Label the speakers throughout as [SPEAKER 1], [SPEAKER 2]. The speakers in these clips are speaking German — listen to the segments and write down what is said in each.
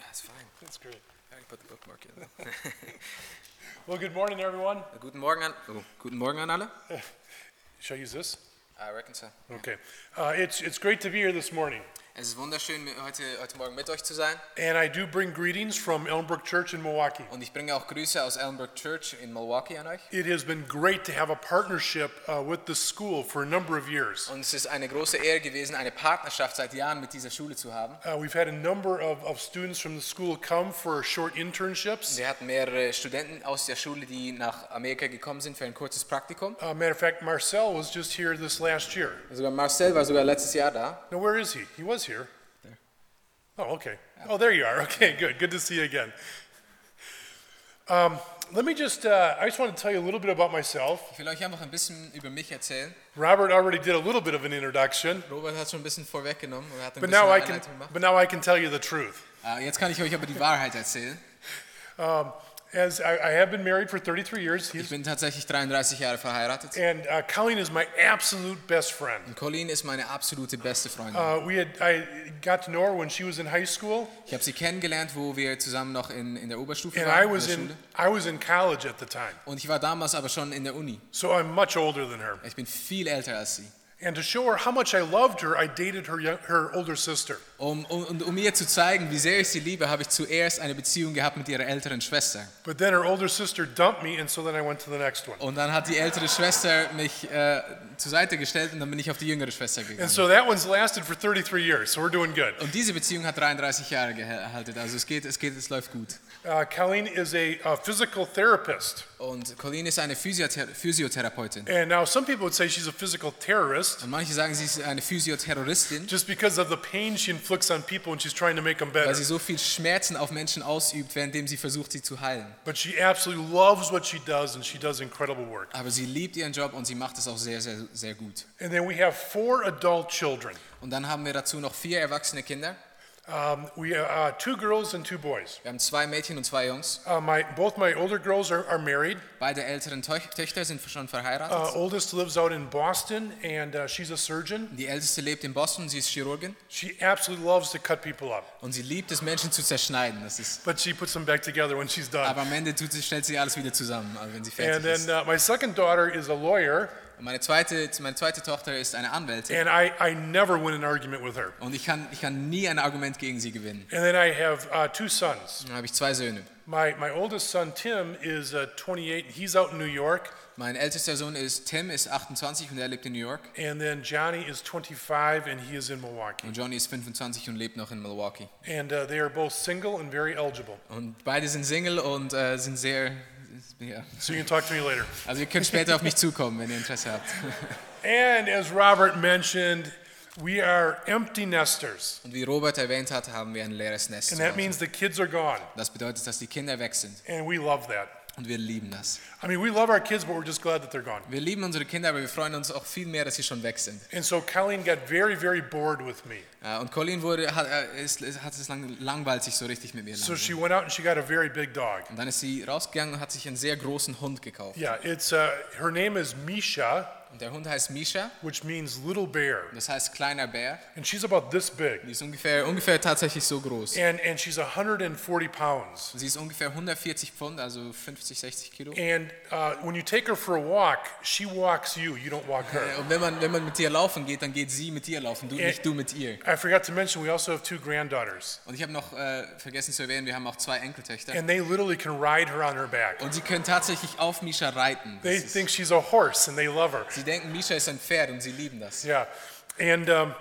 [SPEAKER 1] That's great.
[SPEAKER 2] Ja, ich put the bookmark in.
[SPEAKER 1] Well, good morning, everyone.
[SPEAKER 2] Guten Morgen an, oh, guten Morgen an alle.
[SPEAKER 1] Shall I use this?
[SPEAKER 2] I reckon so.
[SPEAKER 1] Okay. Uh, it's, it's great to be here this morning.
[SPEAKER 2] Es ist wunderschön, mit- heute, heute Morgen mit euch zu sein.
[SPEAKER 1] And I do bring greetings from Elmbrook Church in Milwaukee.
[SPEAKER 2] Und ich bringe auch Grüße aus Ellenbrook Church in Milwaukee an euch.
[SPEAKER 1] It has been great to have a partnership uh, with the school for a number of years.
[SPEAKER 2] Und es ist eine große Ehre gewesen, eine Partnerschaft seit Jahren mit dieser Schule zu haben.
[SPEAKER 1] Uh, we've had a number of, of students from the school come for short internships.
[SPEAKER 2] Wir hatten mehrere Studenten aus der Schule, die nach Amerika gekommen sind für ein kurzes Praktikum.
[SPEAKER 1] Uh, matter of fact, Marcel was just here this last year.
[SPEAKER 2] Sogar Marcel war sogar letztes Jahr da.
[SPEAKER 1] Now, where is he? He was here. There. Oh, okay. Oh, there you are. Okay, good. Good to see you again. Um, let me just, uh, I just want to tell you a little bit about myself.
[SPEAKER 2] Ich will euch einfach ein bisschen über mich erzählen.
[SPEAKER 1] Robert already did a little bit of an introduction,
[SPEAKER 2] Robert hat schon ein bisschen vorweggenommen und hat ein
[SPEAKER 1] but
[SPEAKER 2] bisschen
[SPEAKER 1] now,
[SPEAKER 2] eine
[SPEAKER 1] I can,
[SPEAKER 2] Einleitung gemacht.
[SPEAKER 1] but now I can tell you the truth.
[SPEAKER 2] Ah, jetzt kann ich euch aber die Wahrheit erzählen.
[SPEAKER 1] Um, as I, I have been married for 33 years,
[SPEAKER 2] Ich
[SPEAKER 1] he's,
[SPEAKER 2] bin tatsächlich 33 Jahre verheiratet.
[SPEAKER 1] and uh, Colleen is my absolute best friend.
[SPEAKER 2] Und Colleen ist meine absolute beste Freundin.
[SPEAKER 1] Uh, we had, I got to know her when she was in high school,
[SPEAKER 2] Ich habe sie kennengelernt, wo wir zusammen noch in, in der Oberstufe
[SPEAKER 1] and
[SPEAKER 2] waren,
[SPEAKER 1] I
[SPEAKER 2] in
[SPEAKER 1] was
[SPEAKER 2] der
[SPEAKER 1] in,
[SPEAKER 2] Schule.
[SPEAKER 1] I was in college at the time,
[SPEAKER 2] Und ich war damals aber schon in der Uni.
[SPEAKER 1] so I'm much older than her.
[SPEAKER 2] Ich bin viel älter als sie.
[SPEAKER 1] And to show her how much I loved her, I dated her, young, her older sister.
[SPEAKER 2] Um, um, und um ihr zu zeigen, wie sehr ich sie liebe, habe ich zuerst eine Beziehung gehabt mit ihrer älteren Schwester.
[SPEAKER 1] But then her older sister dumped me, and so then I went to the next one.
[SPEAKER 2] Und dann hat die ältere Schwester mich äh, zur Seite gestellt und dann bin ich auf die jüngere Schwester
[SPEAKER 1] And
[SPEAKER 2] gegangen.
[SPEAKER 1] so that one's lasted for 33 years, so we're doing good.
[SPEAKER 2] Und diese Beziehung hat 33 Jahre gehalten. Also es geht, es geht, es läuft gut.
[SPEAKER 1] Uh, Colleen is a, uh physical therapist.
[SPEAKER 2] Und Colleen ist eine Physiothera Physiotherapeutin.
[SPEAKER 1] And now some people would say she's a physical terrorist
[SPEAKER 2] Und manche sagen, sie ist eine Physiotherroristin.
[SPEAKER 1] just because of the pain she inflicts on people when she's trying to make them
[SPEAKER 2] weil
[SPEAKER 1] better.
[SPEAKER 2] sie so viel Schmerzen auf Menschen ausübt, währenddem sie versucht, sie zu heilen.
[SPEAKER 1] But she absolutely loves what she does, and she does incredible work.
[SPEAKER 2] Aber sie liebt ihren Job und sie macht es auch sehr, sehr, sehr gut.
[SPEAKER 1] And then we have four adult children.
[SPEAKER 2] Und dann haben wir dazu noch vier erwachsene Kinder.
[SPEAKER 1] Um, we have uh, two girls and two boys.
[SPEAKER 2] Wir haben zwei Mädchen und zwei Jungs.
[SPEAKER 1] Uh, my, both my older girls are, are married.
[SPEAKER 2] Beide älteren Teuch- Töchter sind schon
[SPEAKER 1] Uh,
[SPEAKER 2] verheiratet.
[SPEAKER 1] oldest lives out in Boston, and uh, she's a surgeon.
[SPEAKER 2] Die älteste lebt in Boston, sie ist Chirurgin
[SPEAKER 1] She absolutely loves to cut people up,
[SPEAKER 2] und sie liebt es, Menschen zu zerschneiden. Das ist,
[SPEAKER 1] but she puts them back together when she's done.
[SPEAKER 2] aber am Ende tut sie, stellt sie alles wieder zusammen, also wenn sie fertig
[SPEAKER 1] And then
[SPEAKER 2] ist.
[SPEAKER 1] uh, my second daughter is a lawyer,
[SPEAKER 2] Und meine, zweite, meine zweite Tochter ist eine Anwältin
[SPEAKER 1] and I, I never win an argument with her.
[SPEAKER 2] und ich kann, ich kann nie ein Argument gegen sie gewinnen.
[SPEAKER 1] And then I have uh, two sons.
[SPEAKER 2] Dann habe ich zwei Söhne.
[SPEAKER 1] My, my oldest son, Tim, is uh, 28. He's out in New York.
[SPEAKER 2] Mein ältester Sohn ist Tim, ist 28 und er lebt in New York.
[SPEAKER 1] And then Johnny is 25, and he is in Milwaukee.
[SPEAKER 2] Und Johnny ist 25 und lebt noch in Milwaukee.
[SPEAKER 1] And uh, they are both single and very eligible.
[SPEAKER 2] Und beide sind Single und äh, sind sehr. Ja.
[SPEAKER 1] So you can talk to me later.
[SPEAKER 2] Also ihr könnt später auf mich zukommen, wenn ihr Interesse habt.
[SPEAKER 1] And as Robert mentioned, we are empty nesters.
[SPEAKER 2] Und wie Robert erwähnt hat, haben wir ein leeres Nest.
[SPEAKER 1] And
[SPEAKER 2] zu
[SPEAKER 1] that
[SPEAKER 2] Hause.
[SPEAKER 1] means the kids are gone.
[SPEAKER 2] Das bedeutet, dass die Kinder weg sind.
[SPEAKER 1] And we love that.
[SPEAKER 2] Und wir lieben das.
[SPEAKER 1] I mean, we love our kids, but we're just glad that they're gone.
[SPEAKER 2] Wir lieben unsere Kinder, aber wir freuen uns auch viel mehr, dass sie schon weg sind.
[SPEAKER 1] And so Colleen got very, very bored with me.
[SPEAKER 2] Äh, Und Colleen wurde, hat, äh, ist, ist- hat es lang, langweilt sich so richtig mit mir.
[SPEAKER 1] So
[SPEAKER 2] Lang.
[SPEAKER 1] she went out and she got a very big dog.
[SPEAKER 2] Und dann ist sie rausgegangen und hat sich einen sehr großen Hund gekauft.
[SPEAKER 1] Yeah, it's uh, her name is Misha,
[SPEAKER 2] Und der Hund heißt Misha,
[SPEAKER 1] which means little bear,
[SPEAKER 2] das heißt kleiner Bär.
[SPEAKER 1] and she's about this big,
[SPEAKER 2] Die ist ungefähr, ungefähr tatsächlich so groß.
[SPEAKER 1] and and she's 140 pounds.
[SPEAKER 2] Sie ist ungefähr 140 Pfund, also 50, 60 Kilo.
[SPEAKER 1] And uh, when you take her for a walk, she walks you. You don't walk her.
[SPEAKER 2] Und wenn man, wenn man mit dir laufen geht, dann geht sie mit dir laufen, du,
[SPEAKER 1] Äh.
[SPEAKER 2] nicht du mit ihr.
[SPEAKER 1] I forgot to mention we also have two granddaughters,
[SPEAKER 2] Und ich habe noch äh, vergessen zu erwähnen, wir haben auch zwei Enkeltöchter.
[SPEAKER 1] and they literally can ride her on her back.
[SPEAKER 2] Und sie können tatsächlich auf Misha reiten. Das
[SPEAKER 1] They
[SPEAKER 2] ist,
[SPEAKER 1] think she's a horse, and they love her.
[SPEAKER 2] sie denken, Misha ist ein Pferd und sie lieben das.
[SPEAKER 1] Yeah, and um,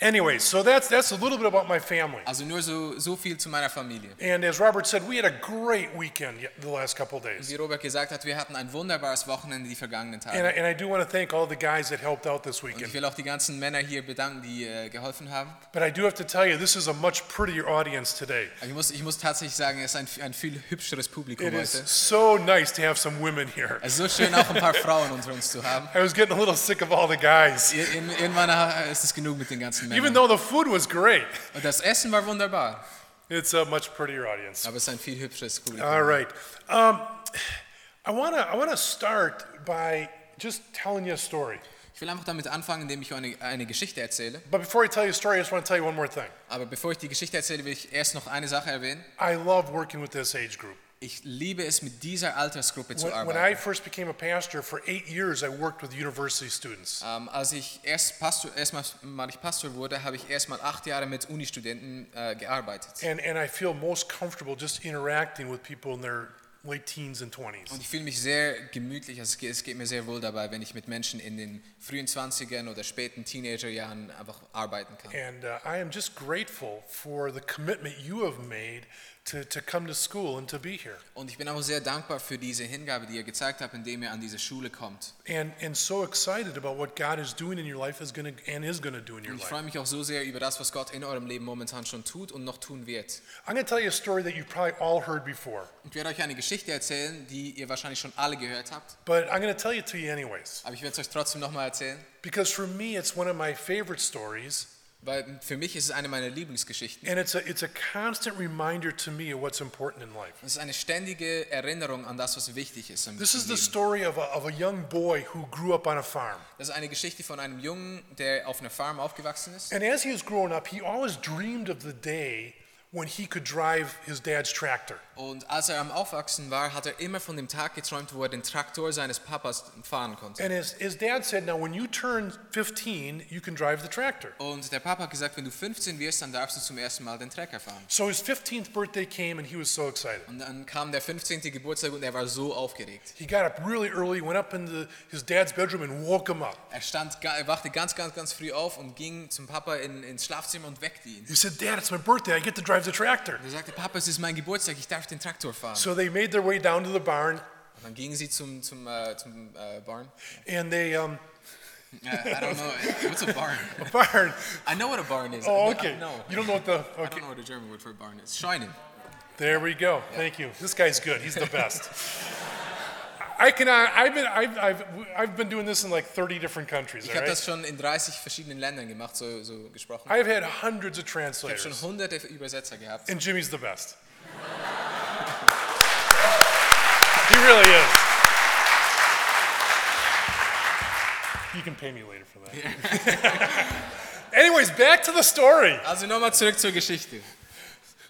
[SPEAKER 1] anyway, so that's that's a little bit about my family.
[SPEAKER 2] Also nur so, so viel zu meiner Familie.
[SPEAKER 1] And as Robert said, we had a great weekend ye- the last couple of days.
[SPEAKER 2] Wie Robert gesagt hat, wir hatten ein wunderbares Wochenende die vergangenen
[SPEAKER 1] And I,
[SPEAKER 2] Tage.
[SPEAKER 1] and I do want to thank all the guys that helped out this
[SPEAKER 2] Und ich
[SPEAKER 1] weekend.
[SPEAKER 2] will auch die ganzen Männer hier bedanken, die äh, geholfen haben.
[SPEAKER 1] But I do have to tell you, this is a much prettier audience today.
[SPEAKER 2] Aber ich muss, ich muss tatsächlich sagen, es ist ein, ein viel hübscheres Publikum
[SPEAKER 1] It is
[SPEAKER 2] heute.
[SPEAKER 1] so nice to have some women here.
[SPEAKER 2] Es ist so schön, auch ein paar Frauen unter uns zu haben.
[SPEAKER 1] I was getting a little sick of all the guys.
[SPEAKER 2] Ir- ir- Irgendwann ha- ist es genug mit den ganzen
[SPEAKER 1] Even
[SPEAKER 2] Männern.
[SPEAKER 1] though the food was great,
[SPEAKER 2] Und das Essen war wunderbar,
[SPEAKER 1] it's a much prettier audience.
[SPEAKER 2] aber es ist ein viel hübscheres Publikum.
[SPEAKER 1] All right. Um, I want to I wanna start by just telling you a story.
[SPEAKER 2] Ich will einfach damit anfangen, indem ich eine, eine Geschichte erzähle.
[SPEAKER 1] But before I tell you a story, I just want to tell you one more thing.
[SPEAKER 2] Aber bevor ich die Geschichte erzähle, will ich erst noch eine Sache erwähnen.
[SPEAKER 1] I love working with this age group.
[SPEAKER 2] Ich liebe es, mit dieser Altersgruppe zu
[SPEAKER 1] When, when
[SPEAKER 2] arbeiten.
[SPEAKER 1] I first became a pastor, for eight years, I worked with university students.
[SPEAKER 2] Ähm, als ich erst Pastor, erstmal mal ich Pastor wurde, habe ich erstmal acht Jahre mit Uni-Studenten äh, gearbeitet.
[SPEAKER 1] And, and I feel most comfortable just interacting with people in their late teens and 20s.
[SPEAKER 2] Und ich fühle mich sehr gemütlich, also es geht, es geht mir sehr wohl dabei, wenn ich mit Menschen in den frühen 20ern oder späten Teenagerjahren einfach arbeiten kann.
[SPEAKER 1] And uh, I am just grateful for the commitment you have made to, to come to school and to be here.
[SPEAKER 2] Und ich bin auch sehr dankbar für diese Hingabe, die ihr gezeigt habt, indem ihr an diese Schule kommt.
[SPEAKER 1] And, and so excited about what God is doing in your life is gonna, and is going to do in your
[SPEAKER 2] Und ich
[SPEAKER 1] life.
[SPEAKER 2] freue mich auch so sehr über das, was Gott in eurem Leben momentan schon tut und noch tun wird.
[SPEAKER 1] I'm going to tell you a story that you've probably all heard before,
[SPEAKER 2] Ich werde euch eine Geschichte erzählen, die ihr wahrscheinlich schon alle gehört habt,
[SPEAKER 1] but I'm going to tell it to you anyways.
[SPEAKER 2] aber ich werde es euch trotzdem nochmal erzählen,
[SPEAKER 1] Because for me, it's one of my favorite stories,
[SPEAKER 2] weil für mich ist es eine meiner Lieblingsgeschichten.
[SPEAKER 1] and it's a, it's a constant reminder to me of what's important in life.
[SPEAKER 2] Es ist eine ständige Erinnerung an das, was wichtig ist. im
[SPEAKER 1] This is the
[SPEAKER 2] Leben.
[SPEAKER 1] story of a, of a young boy who grew up on a farm.
[SPEAKER 2] Das ist eine Geschichte von einem Jungen, der auf einer Farm aufgewachsen ist.
[SPEAKER 1] And as he was growing up, he always dreamed of the day when he could drive his dad's tractor.
[SPEAKER 2] Und als er am Aufwachsen war, hat er immer von dem Tag geträumt, wo er den Traktor seines Papas fahren konnte.
[SPEAKER 1] And his, his dad said, Now, when you turn 15, you can drive the tractor.
[SPEAKER 2] Und der Papa hat gesagt, wenn du 15 wirst, dann darfst du zum ersten Mal den Trecker fahren.
[SPEAKER 1] So his 15th birthday came, and he was so excited.
[SPEAKER 2] Und dann kam der 15. Geburtstag und er war so aufgeregt.
[SPEAKER 1] He got up really early, went up into his dad's bedroom, and woke him up.
[SPEAKER 2] Er stand, ga- er wachte ganz, ganz, ganz früh auf und ging zum Papa in, ins Schlafzimmer und weckte ihn.
[SPEAKER 1] He said, Dad, it's my birthday. I get to drive the tractor.
[SPEAKER 2] Er sagte, Papa, es ist mein Geburtstag, ich darf den Traktor fahren.
[SPEAKER 1] So they made their way down to the barn,
[SPEAKER 2] Und dann gingen sie zum, zum, äh, zum äh, Barn.
[SPEAKER 1] and they, um,
[SPEAKER 2] Äh, I don't know, what's a barn?
[SPEAKER 1] a barn.
[SPEAKER 2] I know what a barn is.
[SPEAKER 1] Oh,
[SPEAKER 2] I
[SPEAKER 1] okay.
[SPEAKER 2] know- I know.
[SPEAKER 1] You don't know what the,
[SPEAKER 2] I
[SPEAKER 1] okay.
[SPEAKER 2] don't know what a German word for a barn is. Scheune.
[SPEAKER 1] There we go. Thank you. This guy's good. He's the best. I can. I- I've been. I've, I've. I've been doing this in like 30 different countries.
[SPEAKER 2] Ich
[SPEAKER 1] all
[SPEAKER 2] habe
[SPEAKER 1] right?
[SPEAKER 2] das schon in 30 verschiedenen Ländern gemacht, so, so gesprochen.
[SPEAKER 1] I've had hundreds of
[SPEAKER 2] Ich habe schon
[SPEAKER 1] translators,
[SPEAKER 2] hunderte Übersetzer gehabt.
[SPEAKER 1] and Jimmy's the best. he really is. You can pay me later for that. Anyways, back to the story.
[SPEAKER 2] Also nochmal zurück zur Geschichte.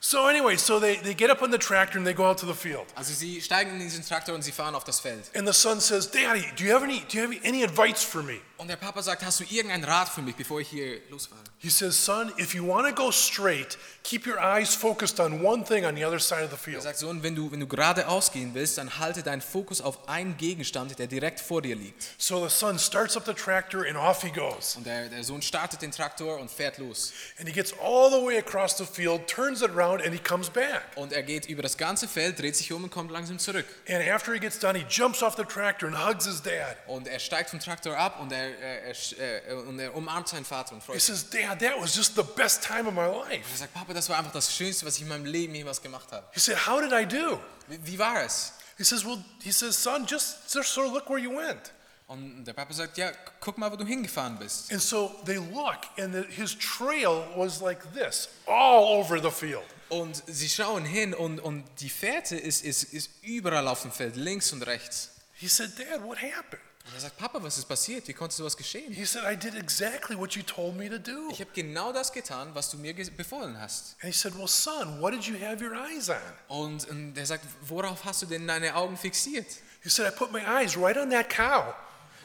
[SPEAKER 1] So, anyway, so they, they get up on the tractor and they go out to the field.
[SPEAKER 2] Also sie steigen in diesen Traktor und sie fahren auf das Feld.
[SPEAKER 1] And the son says, Daddy, do you have any do you have any advice for me?
[SPEAKER 2] Und der Papa sagt, hast du irgendeinen Rat für mich, bevor ich hier losfahre?
[SPEAKER 1] He says, Son, if you want to go straight, keep your eyes focused on one thing on the other side of the
[SPEAKER 2] Er
[SPEAKER 1] field.
[SPEAKER 2] sagt, Sohn, wenn du, wenn du geradeaus gehen willst, dann halte deinen Fokus auf einen Gegenstand, der direkt vor dir liegt.
[SPEAKER 1] So the son starts up the tractor and off he goes.
[SPEAKER 2] Und der, der Sohn startet den Traktor und fährt los.
[SPEAKER 1] And he gets all the way across the field, turns it around, and he comes back.
[SPEAKER 2] Und er geht über das ganze Feld, dreht sich um und kommt langsam zurück.
[SPEAKER 1] And after he gets done, he jumps off the tractor and hugs his dad.
[SPEAKER 2] Und er steigt vom Traktor ab und er, er, er, sch- äh, und er umarmt seinen Vater und freut
[SPEAKER 1] He
[SPEAKER 2] sich.
[SPEAKER 1] says, Dad, that was just the best time of my
[SPEAKER 2] Er
[SPEAKER 1] life.
[SPEAKER 2] sagt, Papa, das war einfach das Schönste, was ich in meinem Leben jemals gemacht habe.
[SPEAKER 1] He said, How did I do?
[SPEAKER 2] Wie, wie war es?
[SPEAKER 1] He says, Well, he says, Son, just, just sort of look where you went.
[SPEAKER 2] Und der Papa sagt, ja, guck mal, wo du hingefahren bist.
[SPEAKER 1] And so they look, and the, his trail was like this all over the field.
[SPEAKER 2] Und sie schauen hin und, und die Fährte ist, ist, ist überall auf dem Feld, links und rechts.
[SPEAKER 1] He said, Dad, what happened?
[SPEAKER 2] Und er sagt, Papa, was ist passiert? Wie konnte sowas geschehen?
[SPEAKER 1] He said, I did exactly what you told me to do.
[SPEAKER 2] Ich habe genau das getan, was du mir ges- befohlen hast.
[SPEAKER 1] And he said, Well, son, what did you have your eyes on?
[SPEAKER 2] Und, und er sagt, worauf hast du denn deine Augen fixiert?
[SPEAKER 1] He said, I put my eyes right on that cow.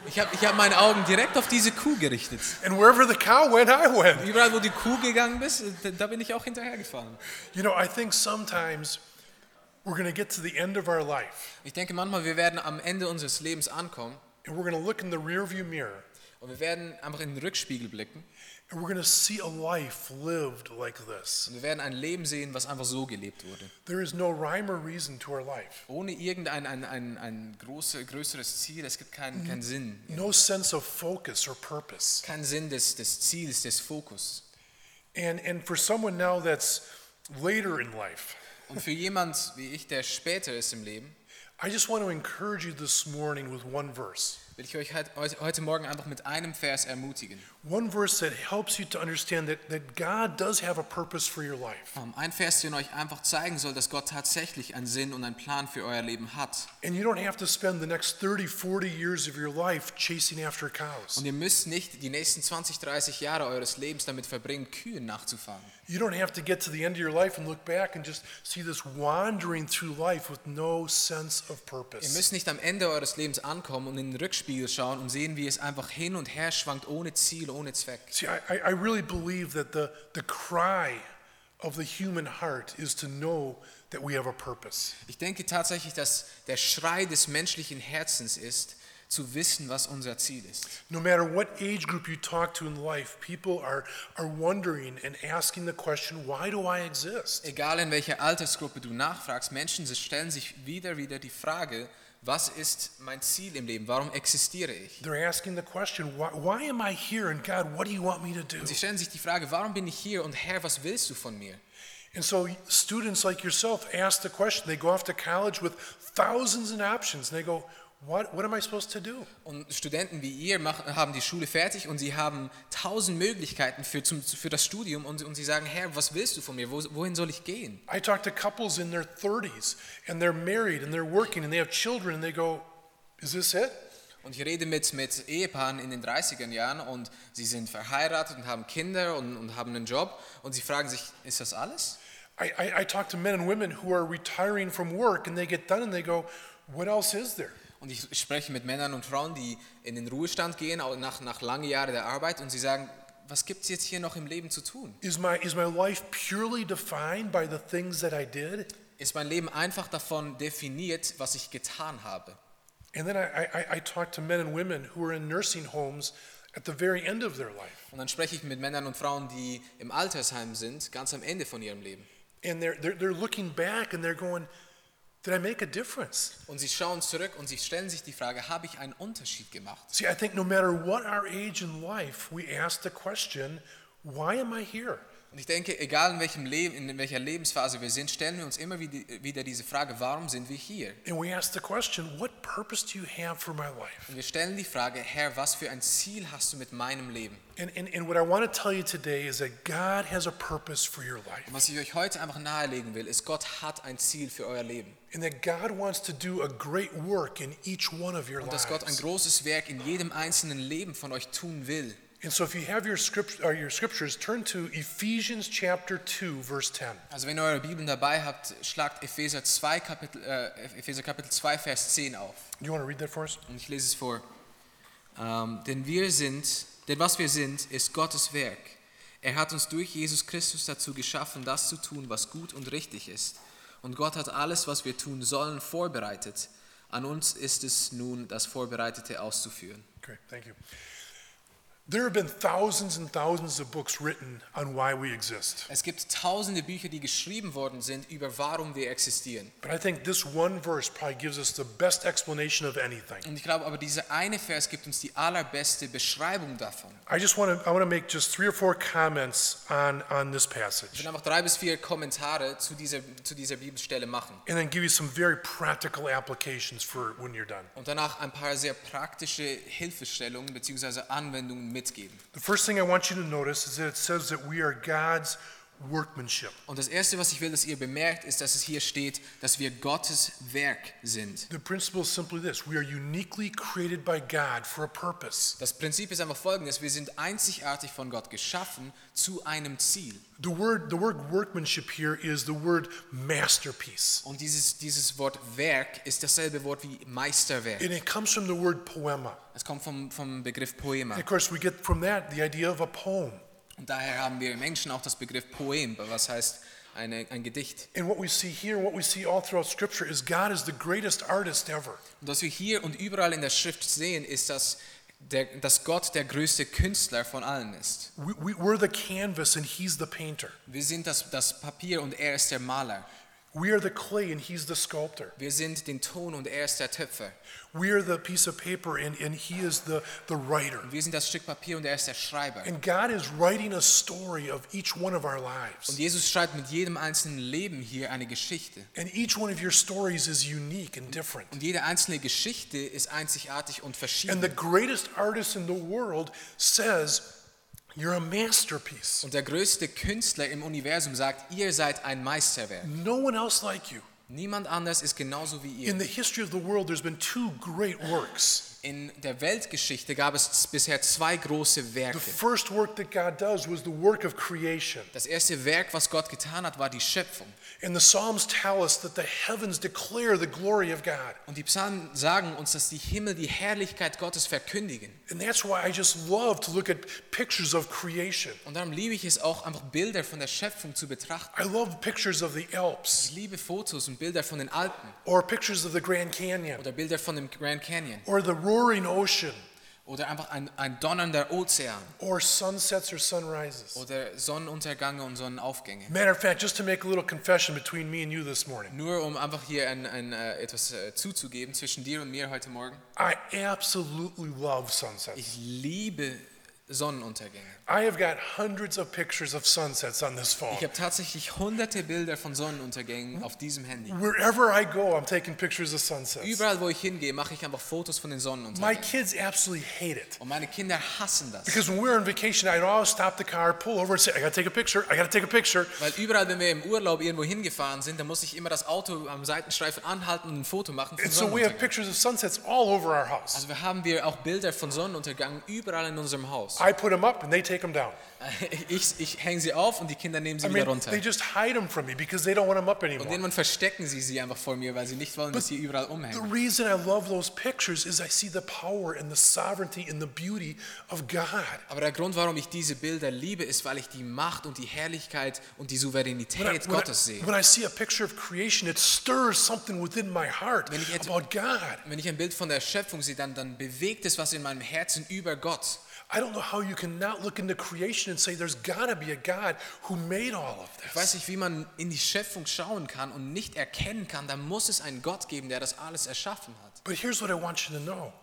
[SPEAKER 2] Ich habe ich hab meine Augen direkt auf diese Kuh gerichtet.
[SPEAKER 1] And wherever the cow went, I went.
[SPEAKER 2] Überall, wo die Kuh gegangen bist, da- da bin ich auch hinterhergefahren.
[SPEAKER 1] You know, I think sometimes we're going to get to the end of our life
[SPEAKER 2] Ich denke manchmal, wir werden am Ende unseres Lebens ankommen
[SPEAKER 1] and we're going to look in the rearview mirror
[SPEAKER 2] und wir werden einfach in den Rückspiegel blicken
[SPEAKER 1] and we're going to see a life lived like this.
[SPEAKER 2] und wir werden ein Leben sehen, was einfach so gelebt wurde.
[SPEAKER 1] There is no rhyme or reason to our life,
[SPEAKER 2] Ohne irgendein ein, ein, ein große, größeres Ziel, es gibt keinen, keinen Sinn.
[SPEAKER 1] no sense of focus or purpose.
[SPEAKER 2] Keinen Sinn des, des Ziels, des Fokus.
[SPEAKER 1] And, and for someone now that's later in life,
[SPEAKER 2] Und für jemand wie ich, der später ist im Leben,
[SPEAKER 1] I just want to encourage you this morning with one verse.
[SPEAKER 2] will ich euch heit- heute- heute Morgen einfach mit einem Vers ermutigen.
[SPEAKER 1] One verse that helps you to understand that, that God does have a purpose for your life.
[SPEAKER 2] Ähm, Ein Vers, den euch einfach zeigen soll, dass Gott tatsächlich einen Sinn und einen Plan für euer Leben hat.
[SPEAKER 1] And you don't have to spend the next 30, 40 years of your life chasing after cows.
[SPEAKER 2] Und ihr müsst nicht die nächsten 20, 30 Jahre eures Lebens damit verbringen, Kühen nachzufahren.
[SPEAKER 1] You don't have to get to the end of your life and look back and just see this wandering through life with no sense of
[SPEAKER 2] Ihr
[SPEAKER 1] purpose.
[SPEAKER 2] müsst nicht am Ende eures Lebens ankommen und in den Rückspiegel schauen und sehen, wie es einfach hin und her schwankt, ohne Ziel, ohne Zweck.
[SPEAKER 1] See, I, I- I really believe that the, the cry of the human heart is to know that we have a purpose.
[SPEAKER 2] Ich denke tatsächlich, dass der Schrei des menschlichen Herzens ist, zu wissen, was unser Ziel ist.
[SPEAKER 1] No matter what age group you talk to in life, people are, are wondering and asking the question, why do I exist?
[SPEAKER 2] Egal in welcher Altersgruppe du nachfragst, Menschen sie stellen sich wieder wieder die Frage, was ist mein Ziel im Leben? Warum existiere ich?
[SPEAKER 1] They're asking the question, why, why am I here? And God, what do you want me to do?
[SPEAKER 2] Sie stellen sich die Frage, warum bin ich hier und Herr, was willst du von mir?
[SPEAKER 1] And so students like yourself ask the question. They go off to college with thousands of options and they go, what, what am I supposed to do?
[SPEAKER 2] Und Studenten wie ihr machen, haben die Schule fertig und sie haben tausend Möglichkeiten für, zum, für das Studium und, und sie sagen, Herr, was willst du von mir? Wo, wohin soll ich gehen?
[SPEAKER 1] I talk to couples in their 30s and they're married and they're working and they have children and they go, is this it?
[SPEAKER 2] Und ich rede mit, mit Ehepaaren in den 30er Jahren und sie sind verheiratet und haben Kinder und, und haben einen Job und sie fragen sich, ist das alles?
[SPEAKER 1] I, I, I talk to men and women who are retiring from work and they get done and they go, what else is there?
[SPEAKER 2] Und ich spreche mit Männern und Frauen, die in den Ruhestand gehen, auch nach, nach langen Jahren der Arbeit, und sie sagen, was gibt es jetzt hier noch im Leben zu tun?
[SPEAKER 1] Is my, is my life purely defined by the things that I did?
[SPEAKER 2] Ist mein Leben einfach davon definiert, was ich getan habe?
[SPEAKER 1] And then I, I, I- I talk to men and women who are in nursing homes at the very end of their life.
[SPEAKER 2] Und dann spreche ich mit Männern und Frauen, die im Altersheim sind, ganz am Ende von ihrem Leben.
[SPEAKER 1] and they're, they're, they're looking back and they're going, did I make a difference?
[SPEAKER 2] Und sie schauen zurück und sie stellen sich die Frage, habe ich einen Unterschied gemacht?
[SPEAKER 1] See, I think no matter what our age in life, we ask the question, why am I here?
[SPEAKER 2] Und ich denke, egal in, welchem Leben, in welcher Lebensphase wir sind, stellen wir uns immer wieder wieder diese Frage, warum sind wir hier?
[SPEAKER 1] And we ask the question, what purpose do you have for my life?
[SPEAKER 2] Und wir stellen die Frage, Herr, was für ein Ziel hast du mit meinem Leben?
[SPEAKER 1] And, and, and what I want to tell you today is that God has a purpose for your life,
[SPEAKER 2] Und Was ich euch heute einfach nahelegen will, ist, Gott hat ein Ziel für euer Leben.
[SPEAKER 1] and that God wants to do a great work in each one of your
[SPEAKER 2] Und dass Gott ein
[SPEAKER 1] lives.
[SPEAKER 2] großes Werk in jedem einzelnen Leben von euch tun will.
[SPEAKER 1] And so, if you have your, script, or your scriptures, turn to Ephesians chapter 2, verse 10.
[SPEAKER 2] Also wenn ihr eure Bibeln dabei habt, schlagt Epheser, 2, Kapitel, äh, Epheser Kapitel 2, Vers 10 auf.
[SPEAKER 1] You want to read that for us?
[SPEAKER 2] Und ich lese es vor. Ähm, denn wir sind, denn was wir sind, ist Gottes Werk. Er hat uns durch Jesus Christus dazu geschaffen, das zu tun, was gut und richtig ist. Und Gott hat alles, was wir tun sollen, vorbereitet. An uns ist es nun, das Vorbereitete auszuführen.
[SPEAKER 1] Great, thank you. There have been thousands and thousands of books written on why we exist.
[SPEAKER 2] Es gibt tausende Bücher, die geschrieben worden sind über warum wir existieren.
[SPEAKER 1] But I think this one verse probably gives us the best explanation of anything.
[SPEAKER 2] Und ich glaube aber, dieser eine Vers gibt uns die allerbeste Beschreibung davon.
[SPEAKER 1] I just want to I want to make just three or four comments on on this
[SPEAKER 2] Ich
[SPEAKER 1] passage
[SPEAKER 2] will einfach drei bis vier Kommentare zu dieser, zu dieser Bibelstelle machen.
[SPEAKER 1] and then give you some very practical applications for when you're done.
[SPEAKER 2] und danach ein paar sehr praktische Hilfestellungen bzw. Anwendungen mitgeben.
[SPEAKER 1] The first thing I want you to notice is that it says that we are God's workmanship.
[SPEAKER 2] Und das Erste, was ich will, dass ihr bemerkt, ist, dass es hier steht, dass wir Gottes Werk sind.
[SPEAKER 1] The principle is simply this. We are uniquely created by God for a purpose.
[SPEAKER 2] Das Prinzip ist einfach folgendes, wir sind einzigartig von Gott geschaffen zu einem Ziel.
[SPEAKER 1] The word the word workmanship here is the word masterpiece.
[SPEAKER 2] Und dieses, dieses Wort Werk ist dasselbe Wort wie Meisterwerk.
[SPEAKER 1] And it comes from the word poema.
[SPEAKER 2] Es kommt vom, vom Begriff Poema.
[SPEAKER 1] And of course, we get from that the idea of a poem.
[SPEAKER 2] Und daher haben wir im Englischen auch das Begriff Poem, was heißt eine, ein Gedicht.
[SPEAKER 1] And what we see here, what we see all throughout Scripture, is God is the greatest artist ever.
[SPEAKER 2] Und was wir hier und überall in der Schrift sehen, ist, dass, der, dass Gott der größte Künstler von allen ist.
[SPEAKER 1] We, we, we're the canvas and He's the painter.
[SPEAKER 2] Wir sind das, das Papier und er ist der Maler.
[SPEAKER 1] We are the clay and he's the sculptor.
[SPEAKER 2] Wir sind den Ton und er ist der Töpfer.
[SPEAKER 1] We are the piece of paper and, and he is the, the writer.
[SPEAKER 2] Wir sind das Stück Papier und er ist der Schreiber.
[SPEAKER 1] And God is writing a story of each one of our lives.
[SPEAKER 2] Und Jesus schreibt mit jedem einzelnen Leben hier eine Geschichte.
[SPEAKER 1] And each one of your stories is unique and different.
[SPEAKER 2] Und jede einzelne Geschichte ist einzigartig und verschieden.
[SPEAKER 1] And the greatest artist in the world says, You're a masterpiece.
[SPEAKER 2] Und der größte Künstler im Universum sagt, ihr seid ein Meisterwerk.
[SPEAKER 1] No one else like you.
[SPEAKER 2] Niemand anders ist genauso wie ihr.
[SPEAKER 1] In the history of the world, there's been two great works.
[SPEAKER 2] In der Weltgeschichte gab es bisher zwei große
[SPEAKER 1] The
[SPEAKER 2] Werke.
[SPEAKER 1] first work that God does was the work of creation.
[SPEAKER 2] Das erste Werk, was Gott getan hat, war die Schöpfung.
[SPEAKER 1] And the Psalms tell us that the heavens declare the glory of God.
[SPEAKER 2] Und die Psalmen sagen uns, dass die Himmel die Herrlichkeit Gottes verkündigen.
[SPEAKER 1] And that's why I just love to look at pictures of creation.
[SPEAKER 2] Und darum liebe ich es auch, einfach Bilder von der Schöpfung zu betrachten.
[SPEAKER 1] I love pictures of the Alps
[SPEAKER 2] Ich liebe Fotos und Bilder von den Alpen
[SPEAKER 1] or pictures of the Grand Canyon
[SPEAKER 2] oder Bilder von dem Grand Canyon
[SPEAKER 1] or the roaring ocean
[SPEAKER 2] oder einfach ein, ein donnernder Ozean
[SPEAKER 1] or sunsets or sunrises.
[SPEAKER 2] oder Sonnenuntergänge und Sonnenaufgänge.
[SPEAKER 1] Matter of fact, just to make a little confession between me and you this morning,
[SPEAKER 2] Nur um einfach hier ein, ein, äh, etwas äh, zuzugeben zwischen dir und mir heute Morgen.
[SPEAKER 1] I absolutely love sunsets.
[SPEAKER 2] Ich liebe Sonnenuntergänge.
[SPEAKER 1] I have got hundreds of pictures of sunsets on this phone.
[SPEAKER 2] Ich habe tatsächlich hunderte Bilder von Sonnenuntergängen auf diesem Handy.
[SPEAKER 1] Wherever I go, I'm taking pictures of sunsets.
[SPEAKER 2] Überall, wo ich hingehe, mache ich einfach Fotos von den
[SPEAKER 1] My
[SPEAKER 2] Sonnenuntergängen.
[SPEAKER 1] kids absolutely hate it.
[SPEAKER 2] Und meine Kinder hassen das.
[SPEAKER 1] Because when we're on vacation, I'd always stop the car, pull over, and say, I gotta take a picture, I gotta take a picture.
[SPEAKER 2] Weil überall, wenn wir im Urlaub irgendwo hingefahren sind, dann muss ich immer das Auto am Seitenstreifen anhalten und ein Foto machen von
[SPEAKER 1] And so we have
[SPEAKER 2] Sonnenuntergang.
[SPEAKER 1] pictures of sunsets all over our house.
[SPEAKER 2] Also wir haben wir auch Bilder von Sonnenuntergang überall in unserem Haus.
[SPEAKER 1] I put them up and they take them down.
[SPEAKER 2] Ich, ich hänge sie auf und die Kinder nehmen sie
[SPEAKER 1] I
[SPEAKER 2] wieder
[SPEAKER 1] mean,
[SPEAKER 2] runter.
[SPEAKER 1] they just hide them from me because they don't want them up
[SPEAKER 2] Und
[SPEAKER 1] anymore.
[SPEAKER 2] irgendwann verstecken sie sie einfach vor mir, weil sie nicht wollen, dass sie überall
[SPEAKER 1] The
[SPEAKER 2] umhängen.
[SPEAKER 1] reason I love those pictures is I see the power and the sovereignty and the beauty of God.
[SPEAKER 2] Aber der Grund, warum ich diese Bilder liebe, ist, weil ich die Macht und die Herrlichkeit und die
[SPEAKER 1] When I,
[SPEAKER 2] Souveränität
[SPEAKER 1] when, I,
[SPEAKER 2] Gottes sehe.
[SPEAKER 1] when I see a picture of creation, it stirs something within my heart
[SPEAKER 2] Wenn ich jetzt-
[SPEAKER 1] about God.
[SPEAKER 2] Wenn ich ein Bild von der Schöpfung sehe, dann, dann bewegt es was in meinem Herzen über Gott.
[SPEAKER 1] I don't know how you can not look into creation and say there's got to be a God who made all of
[SPEAKER 2] Ich
[SPEAKER 1] this.
[SPEAKER 2] weiß nicht, wie man in die Schöpfung schauen kann und nicht erkennen kann, da muss es einen Gott geben, der das alles erschaffen hat.
[SPEAKER 1] But here's what I want you to know: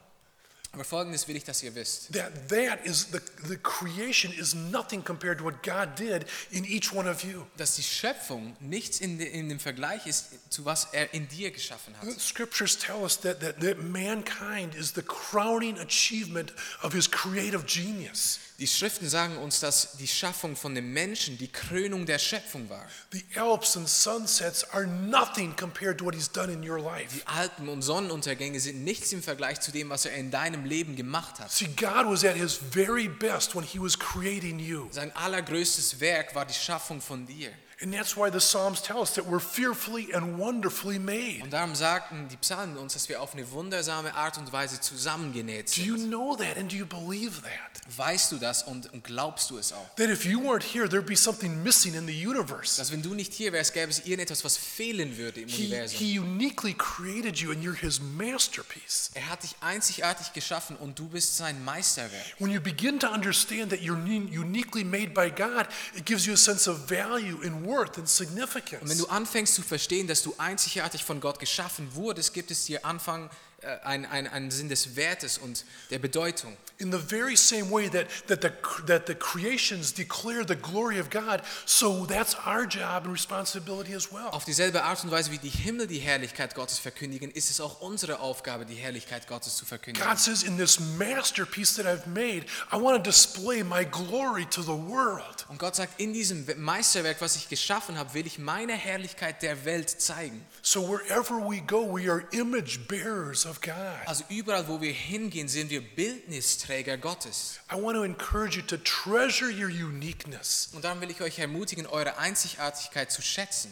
[SPEAKER 2] Aber folgendes will ich, dass ihr wisst.
[SPEAKER 1] that that is the the creation is nothing compared to what God did in each one of you.
[SPEAKER 2] Dass die Schöpfung nichts in, de, in dem Vergleich ist, zu was er in dir geschaffen hat.
[SPEAKER 1] The scriptures tell us that, that that mankind is the crowning achievement of his creative genius.
[SPEAKER 2] Die Schriften sagen uns, dass die Schaffung von dem Menschen die Krönung der Schöpfung war.
[SPEAKER 1] The Alps and sunsets are nothing compared to what he's done in your life.
[SPEAKER 2] Die Alpen und Sonnenuntergänge sind nichts im Vergleich zu dem, was er in deinem Leben gemacht hat.
[SPEAKER 1] See, God was at his very best when he was creating you.
[SPEAKER 2] Sein allergrößtes Werk war die Schaffung von dir.
[SPEAKER 1] And that's why the Psalms tell us that we're fearfully and wonderfully made.
[SPEAKER 2] Und darum sagten die Psalmen uns, dass wir auf eine wundersame Art und Weise zusammengenäht
[SPEAKER 1] Do you
[SPEAKER 2] sind.
[SPEAKER 1] know that and do you believe that?
[SPEAKER 2] Weißt du das und, und glaubst du es auch?
[SPEAKER 1] That if you weren't here, there'd be something missing in the universe.
[SPEAKER 2] Dass wenn du nicht hier wärst, gäbe es irgendetwas, was fehlen würde im
[SPEAKER 1] He, he
[SPEAKER 2] Universum.
[SPEAKER 1] uniquely created you and you're his masterpiece.
[SPEAKER 2] Er hat dich einzigartig geschaffen und du bist sein Meisterwerk.
[SPEAKER 1] When you begin to understand that you're uni- uniquely made by God, it gives you a sense of value and worth and
[SPEAKER 2] Und wenn du
[SPEAKER 1] significance.
[SPEAKER 2] anfängst zu verstehen, dass du einzigartig von Gott geschaffen wurdest, gibt es dir Anfang äh, ein- ein- einen Sinn des Wertes und der Bedeutung.
[SPEAKER 1] In the very same way that, that, the, cr- that the creations declare the glory of God, so that's our job and responsibility as well.
[SPEAKER 2] Auf dieselbe Art und Weise, wie die Himmel die Herrlichkeit Gottes verkündigen, ist es auch unsere Aufgabe, die Herrlichkeit Gottes zu verkündigen.
[SPEAKER 1] God says, in this masterpiece that I've made, I want to display my glory to the world.
[SPEAKER 2] Und Gott sagt, in diesem Meisterwerk, was ich geschaffen habe, will ich meine Herrlichkeit der Welt zeigen.
[SPEAKER 1] So wherever we go, we are image bearers of God.
[SPEAKER 2] Also überall, wo wir hingehen, sind wir Bildnisträger Gottes.
[SPEAKER 1] I want to encourage you to treasure your uniqueness
[SPEAKER 2] Und darum will ich euch ermutigen, eure Einzigartigkeit zu schätzen.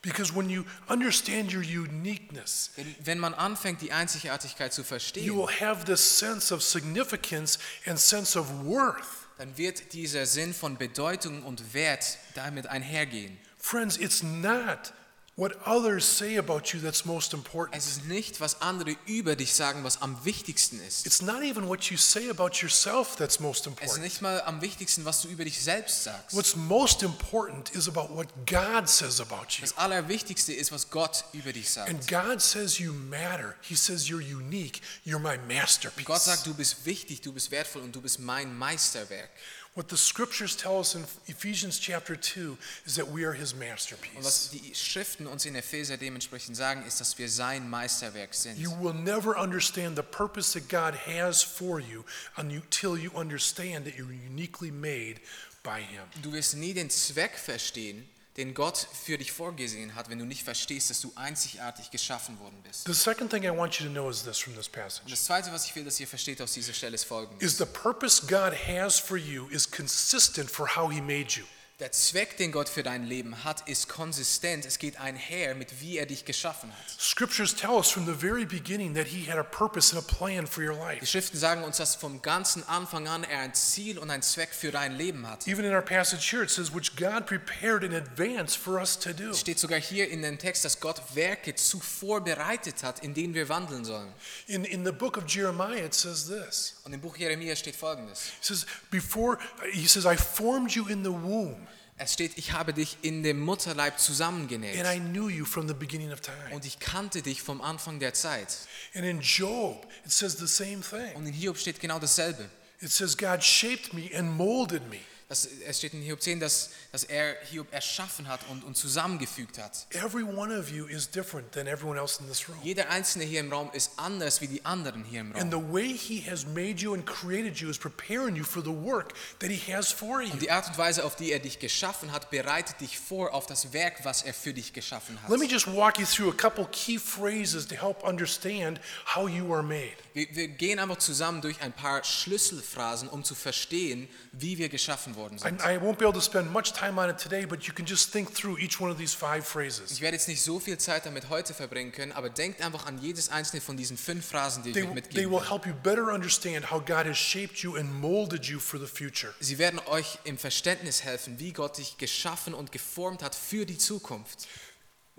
[SPEAKER 1] because when you understand your uniqueness,
[SPEAKER 2] Denn wenn man anfängt, die Einzigartigkeit zu
[SPEAKER 1] you
[SPEAKER 2] verstehen,
[SPEAKER 1] will have this sense of significance and sense of worth.
[SPEAKER 2] dann wird dieser Sinn von Bedeutung und Wert damit einhergehen.
[SPEAKER 1] Friends, it's not What others say about you that's most important.
[SPEAKER 2] Es ist nicht, was andere über dich sagen, was am wichtigsten ist.
[SPEAKER 1] It's not even what you say about yourself that's most
[SPEAKER 2] Es ist
[SPEAKER 1] important.
[SPEAKER 2] nicht mal am wichtigsten, was du über dich selbst sagst.
[SPEAKER 1] What's most important is about what God says about you.
[SPEAKER 2] Das Allerwichtigste ist, was Gott über dich sagt.
[SPEAKER 1] And God says you matter. He says you're unique. You're my
[SPEAKER 2] Gott
[SPEAKER 1] masterpiece.
[SPEAKER 2] sagt, du bist wichtig, du bist wertvoll und du bist mein Meisterwerk.
[SPEAKER 1] What the scriptures tell us in Ephesians chapter 2 is that we are his
[SPEAKER 2] Und was
[SPEAKER 1] masterpiece.
[SPEAKER 2] die Schriften uns in Epheser dementsprechend sagen, ist, dass wir sein Meisterwerk sind.
[SPEAKER 1] You will never understand the purpose that God has for you until you understand that you're uniquely made by him.
[SPEAKER 2] Du wirst nie den Zweck verstehen, den Gott für dich vorgesehen hat, wenn du nicht verstehst, dass du einzigartig geschaffen worden bist.
[SPEAKER 1] The second thing I want you to know is this from this
[SPEAKER 2] Und
[SPEAKER 1] passage.
[SPEAKER 2] das Zweite, was ich will, dass ihr versteht aus dieser Stelle, ist folgendes.
[SPEAKER 1] Is the purpose God has for you is consistent for how he made you.
[SPEAKER 2] Der Zweck, den Gott für dein Leben hat, ist konsistent. Es geht einher mit, wie er dich geschaffen hat.
[SPEAKER 1] Scriptures tell us from the very beginning that he had a purpose and a plan for your life.
[SPEAKER 2] Die Schriften sagen uns, dass vom ganzen Anfang an er ein Ziel und ein Zweck für dein Leben hat.
[SPEAKER 1] Even in our passage here, it says, which God prepared in advance for us to do.
[SPEAKER 2] Es steht sogar hier in dem Text, dass Gott Werke zuvor bereitet hat, in denen wir wandeln sollen.
[SPEAKER 1] In, in the book of Jeremiah, it says this.
[SPEAKER 2] Und im Buch Jeremia steht folgendes.
[SPEAKER 1] It says, before, he says, I formed you in the womb,
[SPEAKER 2] Es steht, ich habe dich in dem Mutterleib
[SPEAKER 1] and I
[SPEAKER 2] zusammengenäht.
[SPEAKER 1] knew you from the beginning of time.
[SPEAKER 2] Und ich kannte dich vom Anfang der Zeit.
[SPEAKER 1] And in Job, it says the same thing.
[SPEAKER 2] Und in Hiob steht genau dasselbe.
[SPEAKER 1] It says, God shaped me and molded me.
[SPEAKER 2] Das, es steht in Hiob 10, dass, dass er Hiob erschaffen hat und, und zusammengefügt hat.
[SPEAKER 1] Every one of you is different than everyone else in this room.
[SPEAKER 2] Jeder Einzelne hier im Raum ist anders wie die anderen hier im
[SPEAKER 1] And
[SPEAKER 2] Raum.
[SPEAKER 1] the way he has made you and created you is preparing you for the work that he has for you.
[SPEAKER 2] Und die Art und Weise, auf die er dich geschaffen hat, bereitet dich vor auf das Werk, was er für dich geschaffen hat.
[SPEAKER 1] Let me just walk you through a couple key phrases to help understand how you are made.
[SPEAKER 2] Wir, wir gehen einfach zusammen durch ein paar Schlüsselphrasen, um zu verstehen, wie wir geschaffen worden sind.
[SPEAKER 1] I, I won't be able to spend much time on it today, but you can just think through each one of these five phrases.
[SPEAKER 2] Ich werde jetzt nicht so viel Zeit damit heute verbringen können, aber denkt einfach an jedes einzelne von diesen fünf Phrasen, die ich
[SPEAKER 1] They,
[SPEAKER 2] euch
[SPEAKER 1] they
[SPEAKER 2] mitgeben
[SPEAKER 1] will
[SPEAKER 2] will.
[SPEAKER 1] help you better understand how God has shaped you and molded you for the future.
[SPEAKER 2] Sie werden euch im Verständnis helfen, wie Gott dich geschaffen und geformt hat für die Zukunft.